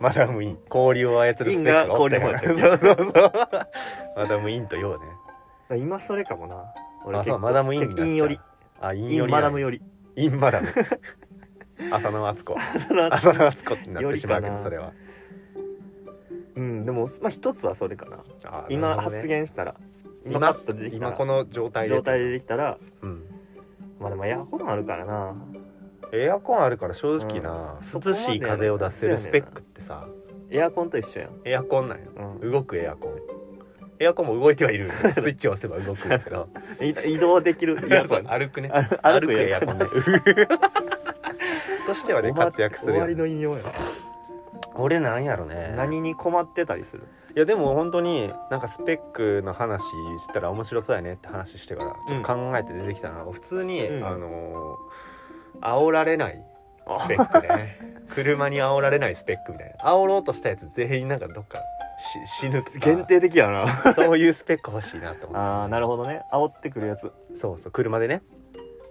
Speaker 3: マダムイン氷を操るスペックがおったよね
Speaker 2: イン
Speaker 3: そうそうそうマダムインとようね
Speaker 2: 今それかもな俺
Speaker 3: あ
Speaker 2: 結
Speaker 3: そう
Speaker 2: 構
Speaker 3: マダムインになっちゃう
Speaker 2: インより
Speaker 3: あイン
Speaker 2: イ
Speaker 3: よ
Speaker 2: ン
Speaker 3: り
Speaker 2: マダム
Speaker 3: よ
Speaker 2: よ り
Speaker 3: インマダム浅野敦子
Speaker 2: 野
Speaker 3: 浅野敦子ってなってしまうけ
Speaker 2: よりか
Speaker 3: ど
Speaker 2: な
Speaker 3: それは
Speaker 2: うんでもまあ一つはそれかな
Speaker 3: あー
Speaker 2: 今
Speaker 3: なるほどね
Speaker 2: 発言したら今パ
Speaker 3: 今
Speaker 2: ッと出てきた
Speaker 3: 今
Speaker 2: ら
Speaker 3: この状態で
Speaker 2: 状態でできたら
Speaker 3: うん
Speaker 2: まあでもエアコンあるからな
Speaker 3: エアコンあるから正直な、
Speaker 2: うん
Speaker 3: 涼しい風を出せるスペックってさ
Speaker 2: エアコンと一緒やん
Speaker 3: エアコンなんよ
Speaker 2: うん
Speaker 3: 動くエアコンエアコンも動い てはいるスイッチを押せば動くんだけど
Speaker 2: い移動できる エアコン
Speaker 3: 歩くね
Speaker 2: あ歩
Speaker 3: 歩く
Speaker 2: く
Speaker 3: エ
Speaker 2: エ
Speaker 3: ア
Speaker 2: ア
Speaker 3: コ
Speaker 2: コ
Speaker 3: ン
Speaker 2: ン
Speaker 3: です としては ね
Speaker 2: おま
Speaker 3: 活躍する
Speaker 2: 終
Speaker 3: よ
Speaker 2: わ
Speaker 3: ね、
Speaker 2: りの引用や
Speaker 3: 俺なんやろね
Speaker 2: 何に困ってたりする
Speaker 3: いやでも本当になんかスペックの話したら面白そうやねって話してからちょっと考えて出てきたのは普通に、
Speaker 2: うん
Speaker 3: あのー煽られないスペッ クね車に煽られないスペックみたいな煽ろうとしたやつ全員なんかどっかし死ぬとか
Speaker 2: 限定的やな
Speaker 3: そういうスペック欲しいなと思って
Speaker 2: あーなるほどね煽ってくるやつ
Speaker 3: そうそう車でね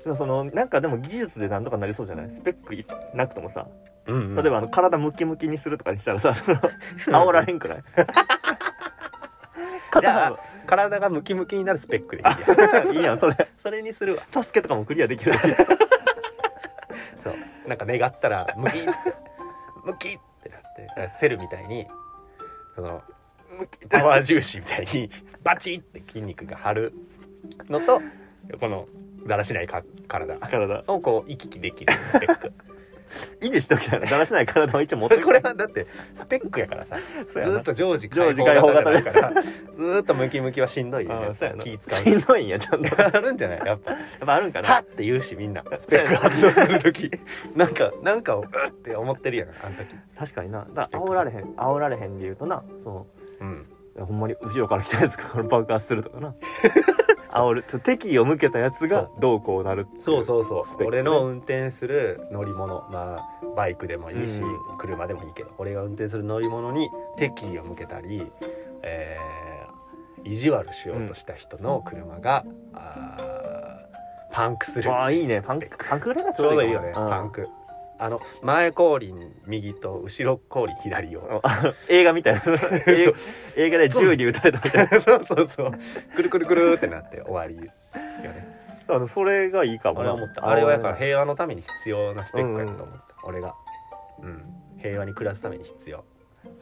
Speaker 2: でもそのなんかでも技術でなんとかなりそうじゃないスペックいなくともさ
Speaker 3: うんうん
Speaker 2: 例えばあの体ムキムキにするとかにしたらさその煽られんくらい
Speaker 3: じゃあ体がムキムキになるスペックでい いや
Speaker 2: いいやんそれ
Speaker 1: それにするわサスケとかもクリアできるし
Speaker 3: そうなんか願ったらムキってムキってなってだからセルみたいにそのムキパワー重視みたいにバチって筋肉が張るのとこのだらしないか体
Speaker 1: 体
Speaker 3: をこう行き来できるスペック
Speaker 2: 維持しときたいなだらしない体を一応持って
Speaker 3: これはだってスペックやからさず
Speaker 2: そうやな
Speaker 3: ーっと常時
Speaker 2: 常時開放型
Speaker 3: だからずーっとムキムキはしんどいよね
Speaker 1: あーそうやな
Speaker 3: 気使
Speaker 2: し
Speaker 3: うん
Speaker 2: どいんやちゃんとや
Speaker 3: あるんじゃない やっぱ
Speaker 2: っぱあるんか
Speaker 3: は
Speaker 2: な
Speaker 3: っって言うしみんなスペック発動する時なんかなんかをうっって思ってるやんあの時
Speaker 2: 確かになだから煽られへん煽られへんで言うとなその
Speaker 3: うん
Speaker 2: いやほんまに後ろから来たやつから爆発するとか な煽るそう敵意を向けたやつがどうこうなるってい
Speaker 3: そうそうそう、
Speaker 2: ペックね
Speaker 3: 俺の運転する乗り物まあバイクでもいいし、
Speaker 2: う
Speaker 3: 車でもいいけど俺が運転する乗り物に敵意を向けたり、えー意地悪しようとした人の車が、あーパンクする
Speaker 2: ああいいねパン
Speaker 3: スペッ
Speaker 2: クパンクぐらいがち
Speaker 3: ち
Speaker 2: ょ
Speaker 3: ょ
Speaker 2: う
Speaker 3: う
Speaker 2: ど
Speaker 3: ど
Speaker 2: い
Speaker 3: い
Speaker 2: い
Speaker 3: い
Speaker 2: か
Speaker 3: よ
Speaker 2: も
Speaker 3: ねパンクあの前後輪右と後ろ後輪左を
Speaker 2: うん映画みたいな映映画で銃に撃たれたみたい
Speaker 3: そうそうそうくるくるくるってなって終わりよね
Speaker 2: なあのそれがいいかも
Speaker 3: 俺
Speaker 2: な
Speaker 3: は思ったあれはやっぱ
Speaker 2: 煽れ
Speaker 3: 平和のために必要なスペックやと思った、俺がうん平和に暮らすために必要
Speaker 2: ない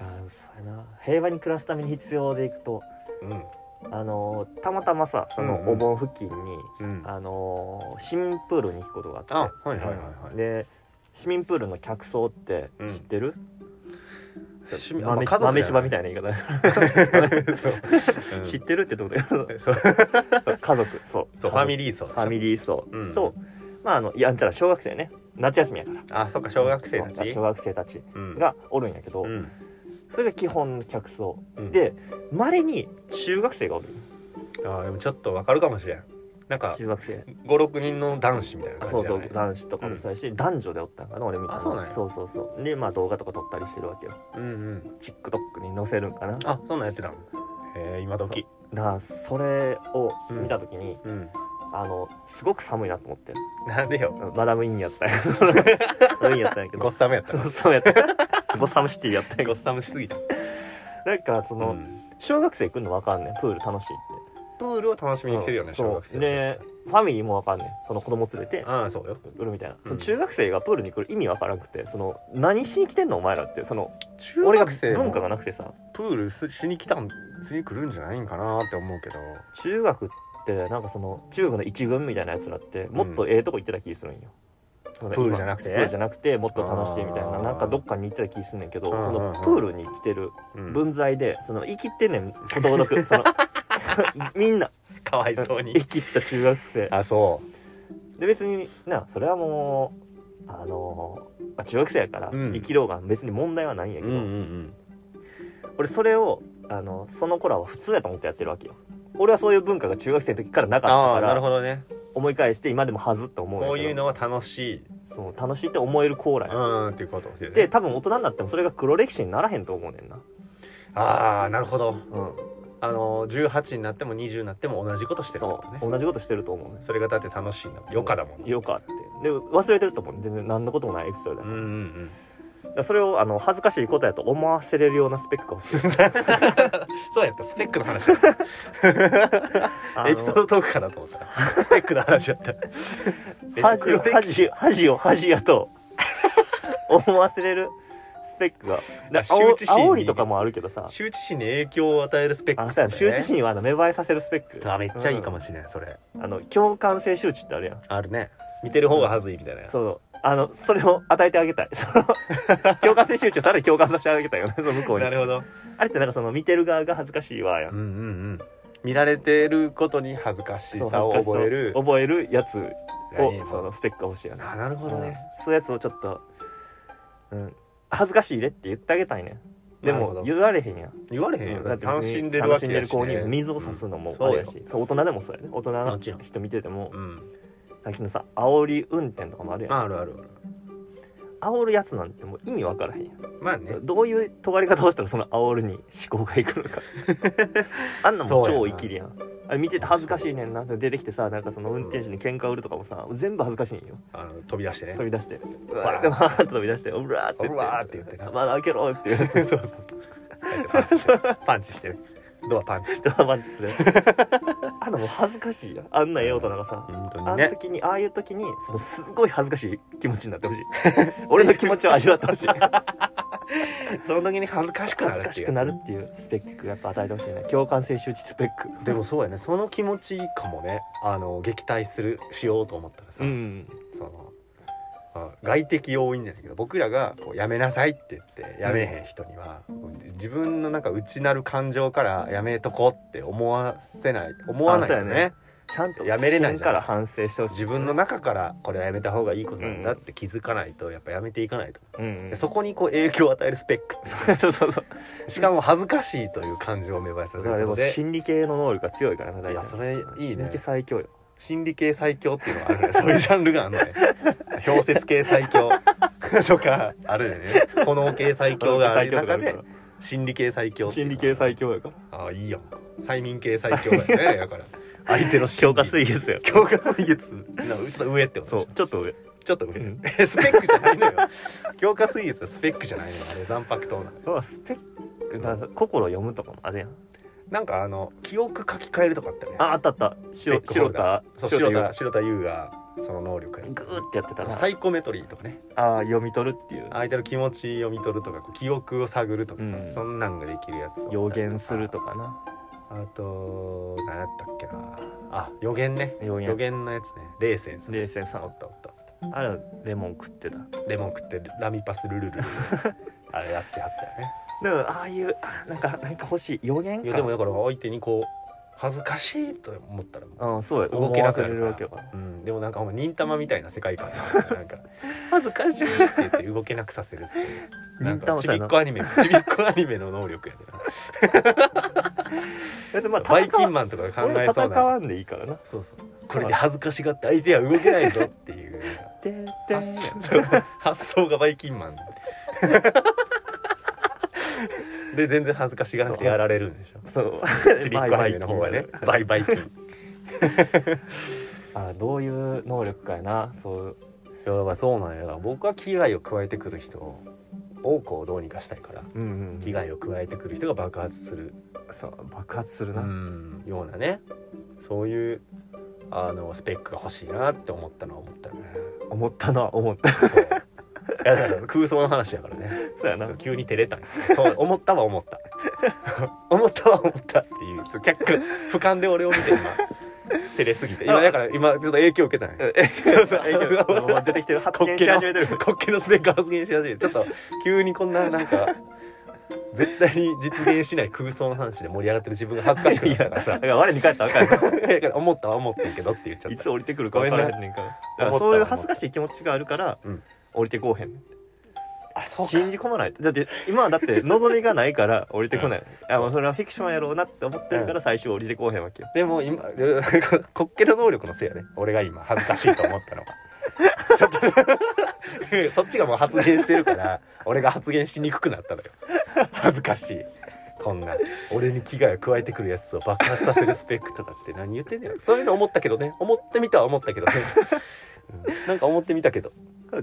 Speaker 2: あーそうやな平和に暮らすために必要でいくと
Speaker 3: うん
Speaker 2: あのーたまたまさそ
Speaker 3: うん
Speaker 2: の
Speaker 3: うん
Speaker 2: お盆付近に、
Speaker 3: うん
Speaker 2: あのー市民プールに行くことがあって
Speaker 3: あはいはいはいはい
Speaker 2: で市民プールの客層って知ってる、
Speaker 3: 趣味あ
Speaker 2: 豆
Speaker 3: まあ家族
Speaker 2: 豆
Speaker 3: じゃ
Speaker 2: 柴
Speaker 3: ない
Speaker 2: みたいな言い方
Speaker 3: うん
Speaker 2: 知ってるってどうだよ
Speaker 3: そう
Speaker 2: そう家族そう
Speaker 3: そうファミリー層
Speaker 2: ファミリー層
Speaker 3: うん
Speaker 2: と、まああのやんちゃな小学生ね夏休みやから
Speaker 3: あそっか小学生た
Speaker 2: そう
Speaker 3: ち
Speaker 2: 小学生たち
Speaker 3: うん
Speaker 2: がおるんやけど、
Speaker 3: うん
Speaker 2: それが基本の客層、
Speaker 3: うん
Speaker 2: でまれに中学生がおる
Speaker 3: あーでもちょっとわかるかもしれんなんか
Speaker 2: 中学生
Speaker 3: 56人の男子みたいな感じ
Speaker 2: そう
Speaker 3: じ
Speaker 2: そ
Speaker 3: ゃ
Speaker 2: う
Speaker 3: ない
Speaker 2: 男子とかもそうやし、男女でおったんかな俺みたい
Speaker 3: あそうなんや
Speaker 2: そうそうそうでまあ動画とか撮ったりしてるわけよ
Speaker 3: うんうん
Speaker 2: TikTok に載せるんかな
Speaker 3: あそんなんやってたのへえ今時
Speaker 2: だからそれを見た時に、
Speaker 3: うん
Speaker 2: あのすごく寒いなと思って
Speaker 3: なんでよ
Speaker 2: マダムインやったんやマダ ムインやったんやけ
Speaker 3: ゴ
Speaker 2: ど
Speaker 3: ッサムやった
Speaker 2: ゴッサムやったゴッサムシティやったんやけ
Speaker 3: ゴ
Speaker 2: ど
Speaker 3: ッサムしすぎた
Speaker 2: なんかその、小学生来んの分かんねんプール楽しいっ
Speaker 3: プールを楽しみ
Speaker 2: て
Speaker 3: に来てるよね、
Speaker 2: うん
Speaker 3: 小学生
Speaker 2: そうでファミリーも分かんねんその子供連れて
Speaker 3: ああそうよ
Speaker 2: 来るみたいな、
Speaker 3: うん
Speaker 2: その中学生がプールに来る意味分からなくてその何しに来てんのお前らってその
Speaker 3: 中
Speaker 2: 俺が
Speaker 3: 学生
Speaker 2: 文化が
Speaker 3: な
Speaker 2: なくてさ
Speaker 3: プールすしに来たんしに来るんじゃないんかなって思うけど
Speaker 2: 中学ってなんかその中学の一軍みたいなやつらってもっとええとこ行ってた気するんよ、その
Speaker 3: プールじゃなくて
Speaker 2: プールじゃなくてもっと楽しいみたいな
Speaker 3: あー
Speaker 2: なんかどっかに行ってた気すんねんけど
Speaker 3: うんうん
Speaker 2: そ
Speaker 3: うん
Speaker 2: のプールに来てる
Speaker 3: うん
Speaker 2: 分際でその生きってんねんほどほど くその みんな
Speaker 3: かわいそう
Speaker 2: 生きった中学生
Speaker 3: あそ
Speaker 2: で別になそれはもうあのーまあ中学生やから
Speaker 3: うん
Speaker 2: 生きろうが別に問題はないんや
Speaker 3: う
Speaker 2: け
Speaker 3: う
Speaker 2: ど、
Speaker 3: んうん
Speaker 2: 俺それをあのその子らは普通やと思ってやってるわけよ俺はそういう文化が中学生の時からなか
Speaker 3: あ
Speaker 2: った
Speaker 3: あな
Speaker 2: か
Speaker 3: る
Speaker 2: ら
Speaker 3: ほどね
Speaker 2: 思い返して今でもはずって思うんや
Speaker 3: こう
Speaker 2: けど
Speaker 3: いうのは楽しい
Speaker 2: そう楽しいって思えるコーラ
Speaker 3: う
Speaker 2: や、
Speaker 3: んっていうことで,、
Speaker 2: で多分大人になってもそれが黒歴史にならへんと思うねんな
Speaker 3: ああなるほど
Speaker 2: うん
Speaker 3: あの18になっても20になっても同じことしてるってこ
Speaker 2: そ
Speaker 3: と
Speaker 2: う
Speaker 3: ね
Speaker 2: 同じことしてると思うね
Speaker 3: それがだって楽しいんだもん余暇だもんね
Speaker 2: よかってで忘れてると思う全然何のこともないエピソードだ
Speaker 3: う
Speaker 2: から,、
Speaker 3: んうん
Speaker 2: それをあの恥ずかしいことやと思わせれるようなスペックが欲しい
Speaker 3: うんそうやったスペックの話だった
Speaker 2: あの
Speaker 3: エピソードトークかなと思ったらスペックの話だ った別
Speaker 2: 恥
Speaker 3: に
Speaker 2: を恥を恥を恥やと思わせれるスペックがだ
Speaker 3: あ羞恥心に
Speaker 2: 煽りとかもあるけどさ
Speaker 3: 羞恥心に影響を与えるスペック、
Speaker 2: あそうや羞恥心はあの芽生えさせるスペック
Speaker 3: あめっちゃいいかもしれない、それ
Speaker 2: あの共感性周知ってあるやん
Speaker 3: あるね見てる方が恥ずいみたいな
Speaker 2: そうあのそれを与えてあげたいそ の共感性周知をさらに共感させてあげたいよねその向こうに
Speaker 3: なるほど
Speaker 2: あれってなんかその見てる側が恥ずかしいわや
Speaker 3: うん
Speaker 2: ん
Speaker 3: うんうん見られてることに恥ずかし
Speaker 2: そう
Speaker 3: さを
Speaker 2: 恥ずかしさ
Speaker 3: 覚える
Speaker 2: 覚えるやつ
Speaker 3: いやい
Speaker 2: を
Speaker 3: い
Speaker 2: そのスペックが欲しいよね
Speaker 3: あなるほどね
Speaker 2: そういうやつをちょっと、うん、恥ずかしいでって言ってあげたいねんで
Speaker 3: なるほ
Speaker 2: も
Speaker 3: ど
Speaker 2: 言われへんやん
Speaker 3: 言われへんよ、
Speaker 2: だって
Speaker 3: 楽しんでるわけや
Speaker 2: 楽し
Speaker 3: し、ね、
Speaker 2: んでる子に水を差すのもあれやし、そう大人でもそうやね大人
Speaker 3: も
Speaker 2: の
Speaker 3: ちろん
Speaker 2: 人見てても
Speaker 3: うん、
Speaker 2: 最近のさ煽り運転とかもあるやん
Speaker 3: まああるあるある
Speaker 2: 煽るやつなんてもう意味わからへんやん
Speaker 3: まあね
Speaker 2: どういう尖り方をしたらその煽るに思考がいくの かあんなもん
Speaker 3: そうや
Speaker 2: 超
Speaker 3: な
Speaker 2: 生きるやんあれ見てて恥ずかしいねんな出てきてさなんかその運転手に喧嘩売るとかもさ全部恥ずかしいんよ
Speaker 3: あの飛び出してね
Speaker 2: 飛び出して
Speaker 3: わ
Speaker 2: バーッと飛び出してうらーって言
Speaker 3: うわー
Speaker 2: っ
Speaker 3: って言って
Speaker 2: て
Speaker 3: な
Speaker 2: 窓開けろって言う
Speaker 3: そうそうそうパンチしてねドアパンチ
Speaker 2: ドアマンですねあのもう恥ずかしいよあんなええ大人がさ
Speaker 3: 本当
Speaker 2: あ
Speaker 3: に
Speaker 2: の
Speaker 3: ね
Speaker 2: 時にああいう時にそのすごい恥ずかしい気持ちになってほし い俺の気持ちを味わってほしい
Speaker 3: その時に恥ずかしくな
Speaker 2: 恥ずかしく
Speaker 3: るっていう
Speaker 2: なるっていうスペックやっぱ与えてほしいね共感性周知スペック
Speaker 3: でもそうやねその気持ちかもねあの撃退するしようと思ったらさ、
Speaker 2: うん
Speaker 3: そのあ外的要因じゃないけど僕らがこうやめなさいって言ってやめへん人には、自分のなんか内なる感情からやめとこうって思わせない思わないと
Speaker 2: あそう
Speaker 3: ね
Speaker 2: やねちゃんと
Speaker 3: やめれない
Speaker 2: 自
Speaker 3: じ
Speaker 2: 分か
Speaker 3: ゃん
Speaker 2: ら反省してほしい
Speaker 3: 自分の中からこれはやめた方がいいことなんだって気づかないとやっぱやめていかないと、
Speaker 2: うんうん
Speaker 3: でそこにこう影響を与えるスペック
Speaker 2: そうそうそう
Speaker 3: しかも恥ずかしいという感情を芽生えさせ
Speaker 2: だから
Speaker 3: る
Speaker 2: で
Speaker 3: の
Speaker 2: も
Speaker 3: で
Speaker 2: 心理系の能力が強いからね
Speaker 3: い
Speaker 2: 大
Speaker 3: や
Speaker 2: 体
Speaker 3: それいい
Speaker 2: 心
Speaker 3: ね
Speaker 2: 理系最強よ
Speaker 3: 心理系最強っていうのがあるねそういうジャンルがあるね氷雪系最強 とかあるね炎系最強がある中で心理系最強っていう
Speaker 2: 心理
Speaker 3: のが
Speaker 2: 系最強やから
Speaker 3: ああいいやん催眠系最強だ よねだから相手の
Speaker 2: 強
Speaker 3: 心
Speaker 2: 化
Speaker 3: 理
Speaker 2: 水月よ
Speaker 3: 強化水月なんかちょっと上ってこと
Speaker 2: そうちょっと上
Speaker 3: ちょっと上、
Speaker 2: うん
Speaker 3: スペックじゃないのよ強化水月はスペックじゃないのよあれ残白糖なの
Speaker 2: まあスペックだから心を読むとかもあるやん
Speaker 3: なんかあの記憶書き換えるとかあったよね
Speaker 2: ああったあった
Speaker 3: ス
Speaker 2: 白
Speaker 3: ペックホ
Speaker 2: 白
Speaker 3: ルダ
Speaker 2: 田
Speaker 3: ーそう
Speaker 2: 白
Speaker 3: 白
Speaker 2: 田
Speaker 3: 田白田優がその能力や
Speaker 2: グーってやってたら
Speaker 3: サイコメトリーとかね
Speaker 2: ああ読み取るっていう
Speaker 3: 相手の気持ち読み取るとかこう記憶を探るとか、
Speaker 2: うん
Speaker 3: そんなんができるやつ
Speaker 2: 予言すると
Speaker 3: か
Speaker 2: かな
Speaker 3: あと何やったっけなあ予言ね
Speaker 2: 予言
Speaker 3: 予言のやつね冷戦さん
Speaker 2: 冷静さ
Speaker 3: お
Speaker 2: ん
Speaker 3: ったおった
Speaker 2: あれレモン食ってた
Speaker 3: レモン食ってラミパスル ルルあれやってはったよね
Speaker 2: でもああいうあなんかなんか欲しい予言
Speaker 3: いや
Speaker 2: か
Speaker 3: でもだから相手にこう恥ずかしいと思ったらもう
Speaker 2: うんそうや
Speaker 3: 動けなく
Speaker 2: 思わせ
Speaker 3: な
Speaker 2: れ
Speaker 3: る
Speaker 2: るわけ
Speaker 3: か
Speaker 2: よ
Speaker 3: ら、うん、でもなんかほんま忍たまみたいな世界観な んか恥ずかしいって言って動けなくさせるっていうな
Speaker 2: 忍
Speaker 3: ん
Speaker 2: た
Speaker 3: か
Speaker 2: ま
Speaker 3: ち
Speaker 2: さ
Speaker 3: び
Speaker 2: ん
Speaker 3: っ
Speaker 2: の
Speaker 3: こアニメちびっこアニメの能力や ね
Speaker 2: 別にまあ
Speaker 3: バイキ
Speaker 2: 戦
Speaker 3: ン
Speaker 2: わ
Speaker 3: マンとかが考
Speaker 2: 俺
Speaker 3: え
Speaker 2: 戦
Speaker 3: そうな
Speaker 2: わんでいいからな
Speaker 3: そうそうこれで恥ずかしがって相手は動けないぞっていう
Speaker 2: てんてん
Speaker 3: 発想発想がバイキンマ ンで全然恥ずかしがってやられるんでしょ
Speaker 2: そう
Speaker 3: ちびっこアニメの方がねバイバ イキン
Speaker 2: ああどういう能力かやなそう
Speaker 3: いやだからそうなんやな僕は危害を加えてくる人をこうどうにかしたいから
Speaker 2: うんうん
Speaker 3: 危害を加えてくる人が爆発する、
Speaker 2: そう爆発する
Speaker 3: う、
Speaker 2: なん
Speaker 3: ようなねそういうあのスペックが欲しいなって思ったのは思ったよね
Speaker 2: 思ったな思った
Speaker 3: そういやだから空想の話やからね
Speaker 2: そうやな
Speaker 3: そう急に照れたんよそう思ったは思 った思ったは思ったっていうそう客観俯瞰で俺を見て今照れすぎて今だから今ちょっと影響受けたんよ
Speaker 2: えそうそうえもう出てきてる発
Speaker 3: 滑
Speaker 2: 言し
Speaker 3: 稽
Speaker 2: 始めて
Speaker 3: の
Speaker 2: る
Speaker 3: 滑稽のスペック発言し始めてちょっと急にこんななんか絶対に実現しない空想の話で盛り上がってる自分が恥ずかしくなったから
Speaker 2: だ
Speaker 3: さ
Speaker 2: から我に返ったらあか んか
Speaker 3: だから思ったは思ってんけどって言っちゃ
Speaker 2: らい
Speaker 3: っ
Speaker 2: つ
Speaker 3: た
Speaker 2: 降りてくるか分からへんねんからだからそういう恥ずかしい気持ちがあるから
Speaker 3: うん
Speaker 2: 降りてこうへん
Speaker 3: あそうか
Speaker 2: 信じ込まないだって今はだ って望みがないから降りてこないあもうそれはフィクションやろうなって思ってるから最初降りてこうへんわけよ
Speaker 3: でも今 滑稽の能力のせいやね俺が今恥ずかしいと思ったのがちょっと そっちがもう発言してるから俺が発言しにくくなったのよ恥ずかしいこんな俺に危害を加えてくるやつを爆発させるスペックとかって何言ってんねやろそういうの思ったけどね思ってみたは思ったけどね、うんなんか思ってみたけど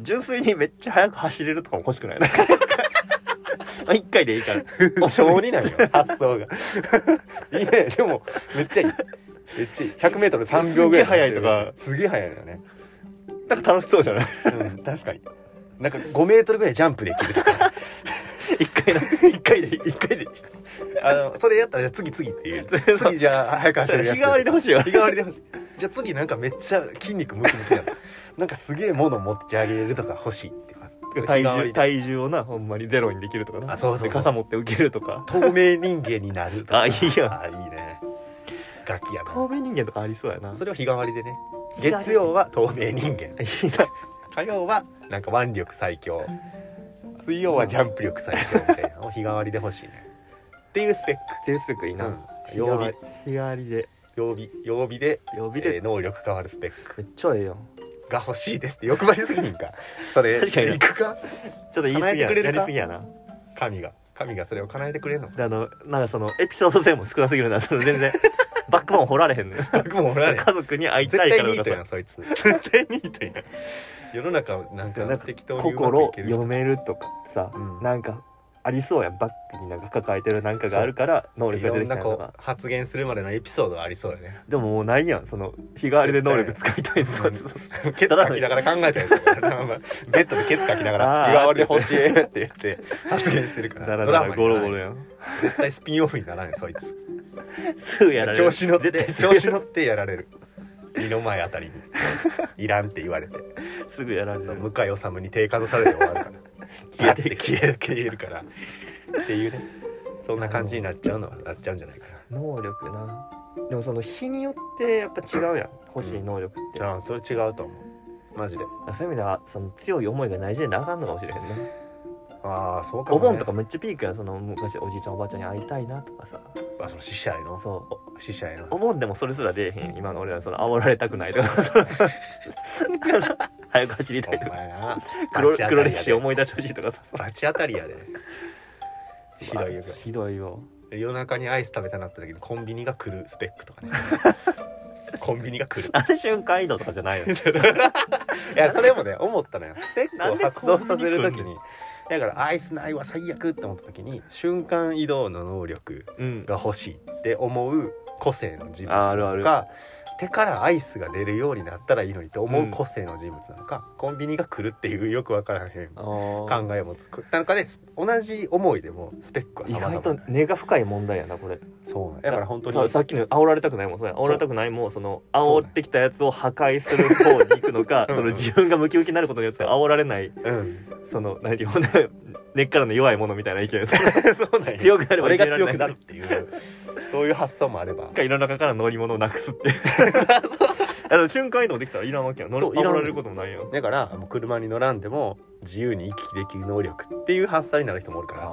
Speaker 2: 純粋にめっちゃ速く走れるとかも欲しく ないなんか一回でいいから
Speaker 3: 性になるよ発想がいいねでもめっちゃいいめっちゃいい 100m3 秒ぐらい
Speaker 2: すげえ速いとか
Speaker 3: すげえ速いのよね
Speaker 2: なんか楽しそうじゃない
Speaker 3: うん確かに。なんか5メートルぐらいジャンプできる とか。
Speaker 2: 一回の
Speaker 3: 一回で、一回で。あの、それやったらじゃあ次次って いう。次じゃあ早く走るやつ。
Speaker 2: 日替わりで欲しいよ
Speaker 3: 日替わりで欲しい。じゃあ次なんかめっちゃ筋肉ムキムキやな。なんかすげえもの持って上げれるとか欲しいっていうか。
Speaker 2: 体
Speaker 3: 日替わり
Speaker 2: 重
Speaker 3: で
Speaker 2: 体重をなほんまにゼロにできるとかな
Speaker 3: あそうそうそう
Speaker 2: で傘持って受けるとか
Speaker 3: 透明人間になるとか。
Speaker 2: あいいやん
Speaker 3: あ、いいね。ガキやな。
Speaker 2: 透明人間とかありそうやな
Speaker 3: それを日替わりでね。
Speaker 2: 日替わり
Speaker 3: 月曜は透明人間。火曜はなんか腕力最強。水曜はジャンプ力最強みたいなのを日替わりで欲しいね。っていうスペック。
Speaker 2: テレスペックいいな、
Speaker 3: うん
Speaker 2: 日替わり日替わりで
Speaker 3: 曜日曜日で
Speaker 2: 曜日
Speaker 3: え
Speaker 2: で
Speaker 3: ー能力変わるスペック
Speaker 2: めっちゃええよ
Speaker 3: が欲しいですって欲張りすぎひんかそれ
Speaker 2: 確かに
Speaker 3: いくか
Speaker 2: ちょっと言い過ぎや
Speaker 3: 叶えてくれ
Speaker 2: や
Speaker 3: るか
Speaker 2: りすぎやな
Speaker 3: 神が神がそれを叶えてく れるのか
Speaker 2: であのなんかそのエピソード性も少なすぎるなその全 然バックボーン掘られへんねん
Speaker 3: 僕もおられん
Speaker 2: 家族に会い
Speaker 3: 絶
Speaker 2: たい
Speaker 3: 対
Speaker 2: から
Speaker 3: ニー
Speaker 2: と
Speaker 3: ト
Speaker 2: か
Speaker 3: やんそいつ絶対ニートやん世の中なん
Speaker 2: そうなん
Speaker 3: か
Speaker 2: か
Speaker 3: 適当にうまく
Speaker 2: 心
Speaker 3: いける
Speaker 2: 読
Speaker 3: 人
Speaker 2: めるとかさ、
Speaker 3: うん
Speaker 2: なんか
Speaker 1: ありそうやんバッグになんか抱えてるなんかがあるから能
Speaker 3: い
Speaker 1: 力が
Speaker 3: ろ
Speaker 1: 出てき
Speaker 3: ん
Speaker 1: た
Speaker 3: な
Speaker 1: の
Speaker 3: こ
Speaker 1: が
Speaker 3: う発言するまでのエピソードはありそう よね
Speaker 1: でももうないやんその日替わりで能力使いたいです
Speaker 3: うんケツ書きながら考えたやつだからなまあ ベッドでケツ書きながら「
Speaker 1: あー
Speaker 3: 日替わり欲しい」って言って発言して るから
Speaker 1: だら
Speaker 3: ド
Speaker 1: だ
Speaker 3: ラ
Speaker 1: ら
Speaker 3: マ
Speaker 1: ゴ
Speaker 3: に
Speaker 1: ロゴ
Speaker 3: なら
Speaker 1: ロ
Speaker 3: ない
Speaker 1: やん
Speaker 3: 絶対スピンオフにならないそいつ
Speaker 1: すぐやられる
Speaker 3: 調子乗って
Speaker 1: 絶対
Speaker 3: 調子乗ってやられる二の前あたりにいらんって言われて
Speaker 1: すぐやられ
Speaker 3: そう
Speaker 1: る
Speaker 3: 向井治に手かざされて終わるから消えて消え消えるからっていうねそんな感じになっちゃうのはなっちゃうんじゃないか
Speaker 1: 能力なでもその日によってやっぱ違うやん欲しい能力って、
Speaker 3: なあそれ違うと思うマジで
Speaker 1: そういう意味ではその強い思いが大事でなあかんのかもしれへんね
Speaker 3: ああそうか
Speaker 1: お
Speaker 3: も、ね、
Speaker 1: 盆とかめっちゃピークやんその昔おじいちゃんおばあちゃんに会いたいなとかさ
Speaker 3: あその死者への
Speaker 1: そう
Speaker 3: お死者への
Speaker 1: お盆でもそれすら出えへん今の俺らその煽られたくないとか その早く走りたいと
Speaker 3: お
Speaker 1: か
Speaker 3: 前な
Speaker 1: 黒
Speaker 3: 罰当たりやで
Speaker 1: 黒歴史思い出してほしいとかさ
Speaker 3: 罰当たりやで ひどいよ
Speaker 1: ひどいよ
Speaker 3: 夜中にアイス食べたなった時にコンビニが来るスペック とかねコンビニが来る
Speaker 1: あの瞬間移動とかじゃないよ
Speaker 3: いやそれもね思ったのよスペックを発動させる
Speaker 1: なんでコンビニ来ん
Speaker 3: 時
Speaker 1: ね
Speaker 3: にだからアイスないわ最悪って思った時に瞬間移動の能力
Speaker 1: うん
Speaker 3: が欲しいって思う個性の人物
Speaker 1: あるあ
Speaker 3: なの
Speaker 1: る
Speaker 3: か手からアイスが出るようになったらいいのにと思う個性の人物なのか、コンビニが来るっていうよくわからへん
Speaker 1: あー
Speaker 3: 考えもつくなんかね同じ思いでもスペックは
Speaker 1: 意
Speaker 3: 様々
Speaker 1: 外と根が深い問題やなこれ
Speaker 3: そうなんだから本当
Speaker 1: さ
Speaker 3: に
Speaker 1: さっきの煽られたくないもんそうや煽られたくないもその煽ってきたやつを破壊する方に行くのか
Speaker 3: うん
Speaker 1: その自分がムキムキになることによって煽られない
Speaker 3: うん
Speaker 1: その何て言うの根っからの弱いものみたいな意見です
Speaker 3: そうなんや
Speaker 1: 強くなればい
Speaker 3: 俺
Speaker 1: じ
Speaker 3: が
Speaker 1: められない
Speaker 3: 強くなるっていうそういう発想もあれば
Speaker 1: か世の中から乗り物をなくすって あの瞬間移動できたらいらんわけやん乗る
Speaker 3: そういらん
Speaker 1: 煽られることもないよ
Speaker 3: だからもう車に乗らんでも自由に行き来できる能力っていう発想になる人もおるから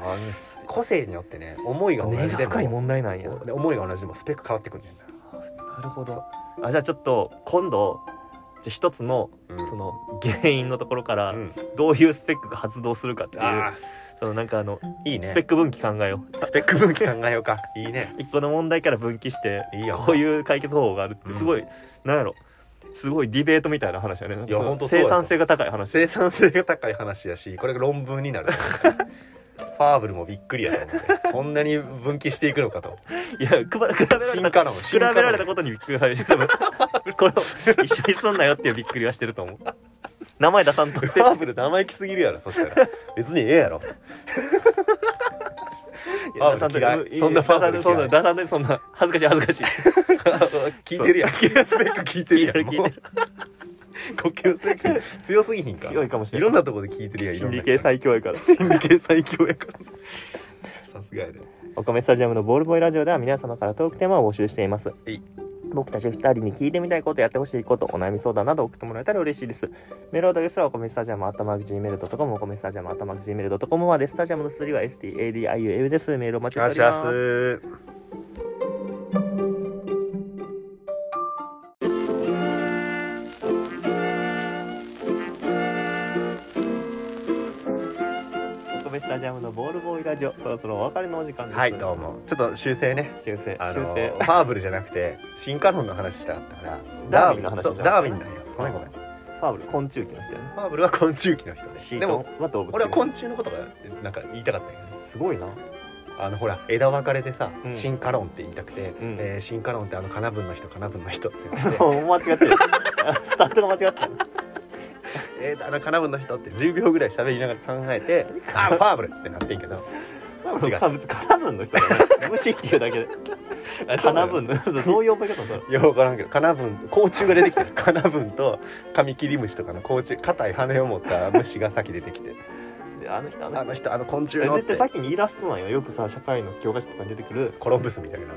Speaker 3: 個性によってね思いが同
Speaker 1: 根
Speaker 3: じ
Speaker 1: が
Speaker 3: で
Speaker 1: 深い
Speaker 3: も
Speaker 1: 問題なんやな
Speaker 3: で思いが同じでもスペック変わってくるんだよ
Speaker 1: るほどあじゃあちょっと今度じゃあ一つの
Speaker 3: な、うん
Speaker 1: その原因のところから
Speaker 3: うん
Speaker 1: どういうスペックが発動するかっていう、
Speaker 3: あ
Speaker 1: そのなんかあの
Speaker 3: ーいい
Speaker 1: ス
Speaker 3: ね
Speaker 1: ペック分岐考えよう
Speaker 3: スペック分岐考えようかいいね
Speaker 1: 一個の問題から分岐して
Speaker 3: いいやん
Speaker 1: こういう解決方法があるって
Speaker 3: うん
Speaker 1: すごい、なんやろすごいディベートみたいな話やねなんか
Speaker 3: いや
Speaker 1: その
Speaker 3: ほんとそうや
Speaker 1: 生
Speaker 3: と
Speaker 1: 産性が高い話
Speaker 3: 生産性が高い話やしこれが論文になるファーブルもびっくりやと思ってこんなに分岐していくのかと
Speaker 1: いやくば比べられた
Speaker 3: 進化論
Speaker 1: 比べ
Speaker 3: 進化
Speaker 1: られた
Speaker 3: 論
Speaker 1: ことにびっくりされてる多分これを一緒にすんなよっていうびっくりはしてると思う名前出さんとっ
Speaker 3: フ
Speaker 1: て
Speaker 3: ァーブル生意気すぎるやろそしたら別にええやろ
Speaker 1: 出さんと
Speaker 3: 嫌いそんなファーブル嫌い
Speaker 1: そんな出さんとそんな恥ずかしい恥ずかしい
Speaker 3: 聞いてるやん。スペック聞いてるやん。
Speaker 1: 聞いてる聞いて
Speaker 3: もう呼吸スペック強すぎひんか。
Speaker 1: 強いかもしれん
Speaker 3: いろんなとこで聞いてるやん。い
Speaker 1: 心
Speaker 3: ろんな
Speaker 1: 理
Speaker 3: 人
Speaker 1: 系最強やから
Speaker 3: 心理系最強やから。さすがやで。
Speaker 2: お米スタジアムのボールボーイラジオでは皆様からトークテーマを募集しています
Speaker 3: い
Speaker 2: 僕たち2人に聞いてみたいことやってほしいことお悩み相談など送ってもらえたら嬉しいですメールアドレスはお米スタジアムアットマーク Gmail.com お米スタジアムアットマーク Gmail.com までスタジアムのすりは STADIUM ですメールお待ちしております
Speaker 3: す。
Speaker 2: お米スタジアムのボールボーイラジオそろそろお別れのお時間です
Speaker 3: はい、どうも。ちょっと修正ね。
Speaker 2: 修正
Speaker 3: あ
Speaker 2: 修
Speaker 3: の、フ
Speaker 2: 正
Speaker 3: ァーブルじゃなくて、進化論の話したかったから。
Speaker 2: ダーウィンの話
Speaker 3: ダ
Speaker 2: じゃな
Speaker 3: ダー
Speaker 2: く
Speaker 3: ウ
Speaker 2: て
Speaker 3: ィンなんや。ごめんごめん。フ
Speaker 2: ファーブル昆虫記の人やね
Speaker 3: ァーブルは昆虫期の人
Speaker 2: シ
Speaker 3: ね。
Speaker 2: ート
Speaker 3: でも、
Speaker 2: ンは動物
Speaker 3: 俺は昆虫のことが、なんか言いたかったんやけど。
Speaker 2: すごいな
Speaker 3: あのほら枝分かれでさ「
Speaker 2: うん
Speaker 3: 進化論」って言いたくて「
Speaker 2: ん
Speaker 3: えー進化論ってあのカナブンの人カナブンの人」って言って
Speaker 2: もう間違ってるスタートが間違ってる
Speaker 3: 「えー、あのカナブンの人」って10秒ぐらい喋りながら考えて「あファーブル!」ってなってんけど違う
Speaker 2: かぶつカナブンの人だね無視っていうだけでカナブンのどういう覚え方だろ
Speaker 3: よくわからんけどカナブン甲虫が出てきてる カナブンとカミキリムシとかの甲虫硬い羽を持った虫が先出てきて
Speaker 2: うであの人あ
Speaker 3: 「
Speaker 2: の
Speaker 3: あ
Speaker 2: 人
Speaker 3: の人あの昆虫
Speaker 2: え
Speaker 3: の」っ
Speaker 2: 絶
Speaker 3: て
Speaker 2: 対さっきにイラストなんよよくさ社会の教科書とかに出てくる
Speaker 3: コロンブスみたいな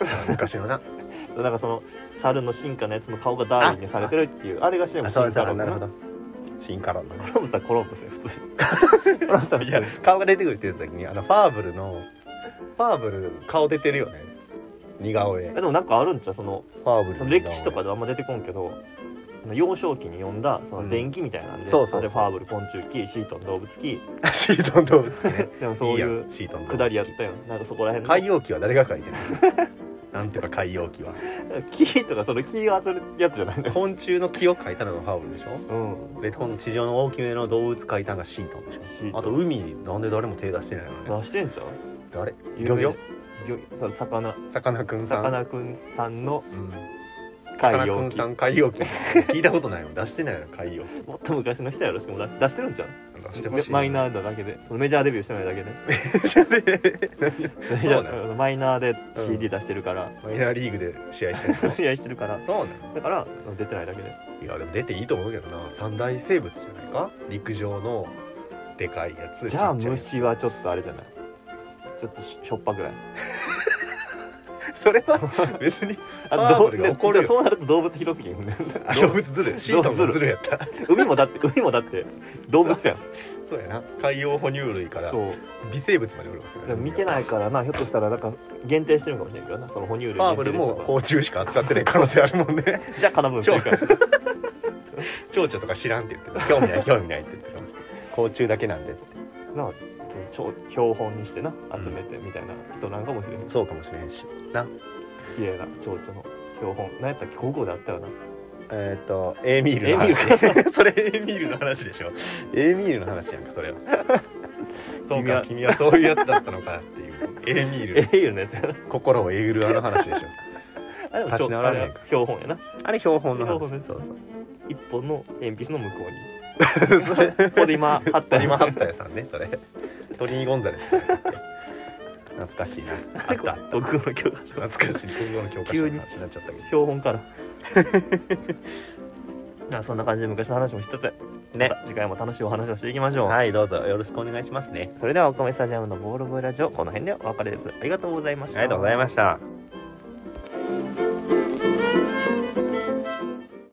Speaker 3: 昔のな
Speaker 2: なんかその猿の進化のやつの顔がダーウィンにされてるっていうあれがしても
Speaker 3: あそう
Speaker 2: 進
Speaker 3: です
Speaker 2: 化論
Speaker 3: なるほ
Speaker 2: コ
Speaker 3: ど進化論の
Speaker 2: ロンブスはコロンブスよ普通にコロンブスは普
Speaker 3: い
Speaker 2: 通
Speaker 3: や
Speaker 2: に
Speaker 3: 顔が出てくるって言った時にあのファーブルのファーブル顔出てるよね似顔絵
Speaker 2: えでもなんかあるんちゃうその
Speaker 3: ファーブル
Speaker 2: そ
Speaker 3: の
Speaker 2: の
Speaker 3: 似顔絵
Speaker 2: 歴史とかではあんま出てこんけどあの幼少期に読んだその電気みたいなんで、
Speaker 3: うんそうそうそう
Speaker 2: れファーブル昆虫記シートン動物記
Speaker 3: シートン動物記ね
Speaker 2: でもそういう
Speaker 3: シートン動物記
Speaker 2: くだりやったよなんかそこら辺の
Speaker 3: 海洋記は誰が書いてる なんとか海洋 記は
Speaker 2: 木とかその木を集めるやつじゃないの
Speaker 3: 昆虫の木を描いたのがファウルでしょ
Speaker 2: うん
Speaker 3: でこの地上の大きめの動物描いたのがシートンでし
Speaker 2: シートン
Speaker 3: ょあと海になんで誰も手出してないのね
Speaker 2: 出してんじゃん
Speaker 3: 誰
Speaker 2: 有
Speaker 3: 漁
Speaker 2: 名
Speaker 3: 業
Speaker 2: 魚その魚
Speaker 3: さかなクンさん
Speaker 2: 魚くんさんの
Speaker 3: うんさか
Speaker 2: 海
Speaker 3: なク
Speaker 2: 洋
Speaker 3: ン
Speaker 2: 記
Speaker 3: さん海洋記聞いたことないの出してないの海洋記
Speaker 2: もっと昔の人やろしかも出し出してるんじゃん
Speaker 3: 出してほしい
Speaker 2: マイナーだだけでそのメジャーデビューしてないだ けでメジ
Speaker 3: そ
Speaker 2: ャ
Speaker 3: うなの
Speaker 2: ーマイナーで
Speaker 3: うん
Speaker 2: CD 出してるから
Speaker 3: マイナーリーグで試合してる
Speaker 2: 試合してるから
Speaker 3: そうね
Speaker 2: だから出てないだけで
Speaker 3: いやでも出ていいと思うけどな三大生物じゃないか陸上のでかいやつ
Speaker 2: じゃあ
Speaker 3: ちっちいやつ
Speaker 2: 虫はちょっとあれじゃないちょっとしょっぱぐらい
Speaker 3: それは 別に
Speaker 2: あ
Speaker 3: ファー
Speaker 2: ど
Speaker 3: ブ
Speaker 2: う
Speaker 3: ルが
Speaker 2: ね
Speaker 3: 怒
Speaker 2: じゃ
Speaker 3: る
Speaker 2: あ
Speaker 3: よ
Speaker 2: そうなると動物広すぎるね
Speaker 3: あ 動物ズルシートンもズルやった
Speaker 2: 海もだって海もだって動物やん
Speaker 3: そうやな海洋哺乳類から
Speaker 2: そう
Speaker 3: 微生物までおるわけだ
Speaker 2: でも見てないからなひょっとしたらなんか限定してるかもしれんけどなその哺乳類
Speaker 3: ファーブルも甲虫しか扱ってない可能性あるもんね
Speaker 2: じゃあ金分正解
Speaker 3: 蝶々とか知らんって言ってた興味ない興味ないって言ってた甲虫だけなんでって
Speaker 2: なあその超標本にしてな集めてみたいな人なんかもしれん
Speaker 3: そうかもしれんしな
Speaker 2: 綺麗な蝶々の標本何やったっけ高校であったよな
Speaker 3: えっ、とエーミール
Speaker 2: エ
Speaker 3: の
Speaker 2: ミ
Speaker 3: 話
Speaker 2: ール
Speaker 3: それエーミールの話でしょエーミールの話やんかそれはそうか 君
Speaker 2: 君
Speaker 3: はそういうやつだったのかっていうエーミー
Speaker 2: え
Speaker 3: ル
Speaker 2: えよねって
Speaker 3: 心をえぐるあの話でしょ
Speaker 2: あれも
Speaker 3: 立ち直らねえ
Speaker 2: あれは標本やな
Speaker 3: あれ標本の
Speaker 2: 標本
Speaker 3: 話
Speaker 2: ね
Speaker 3: そうそう
Speaker 2: 一本の鉛筆の向こう にここで今貼った
Speaker 3: 鳥
Speaker 2: や
Speaker 3: マ
Speaker 2: つ
Speaker 3: ハッタやさんねそれトリニー・ゴンザレスさんだっけ懐かしい なあった
Speaker 2: 僕の教科書
Speaker 3: 懐かしい今後の教科書の話になっちゃったけど
Speaker 2: 標本から なあそんな感じで昔の話もしつつ
Speaker 3: ね
Speaker 2: また次回も楽しいお話をしていきましょう、
Speaker 3: はいどうぞよろしくお願いしますね
Speaker 2: それではお米スタジアムのボールボーイラジオこの辺でお別れですありがとうございまし
Speaker 3: あ
Speaker 2: た
Speaker 3: りがとうございました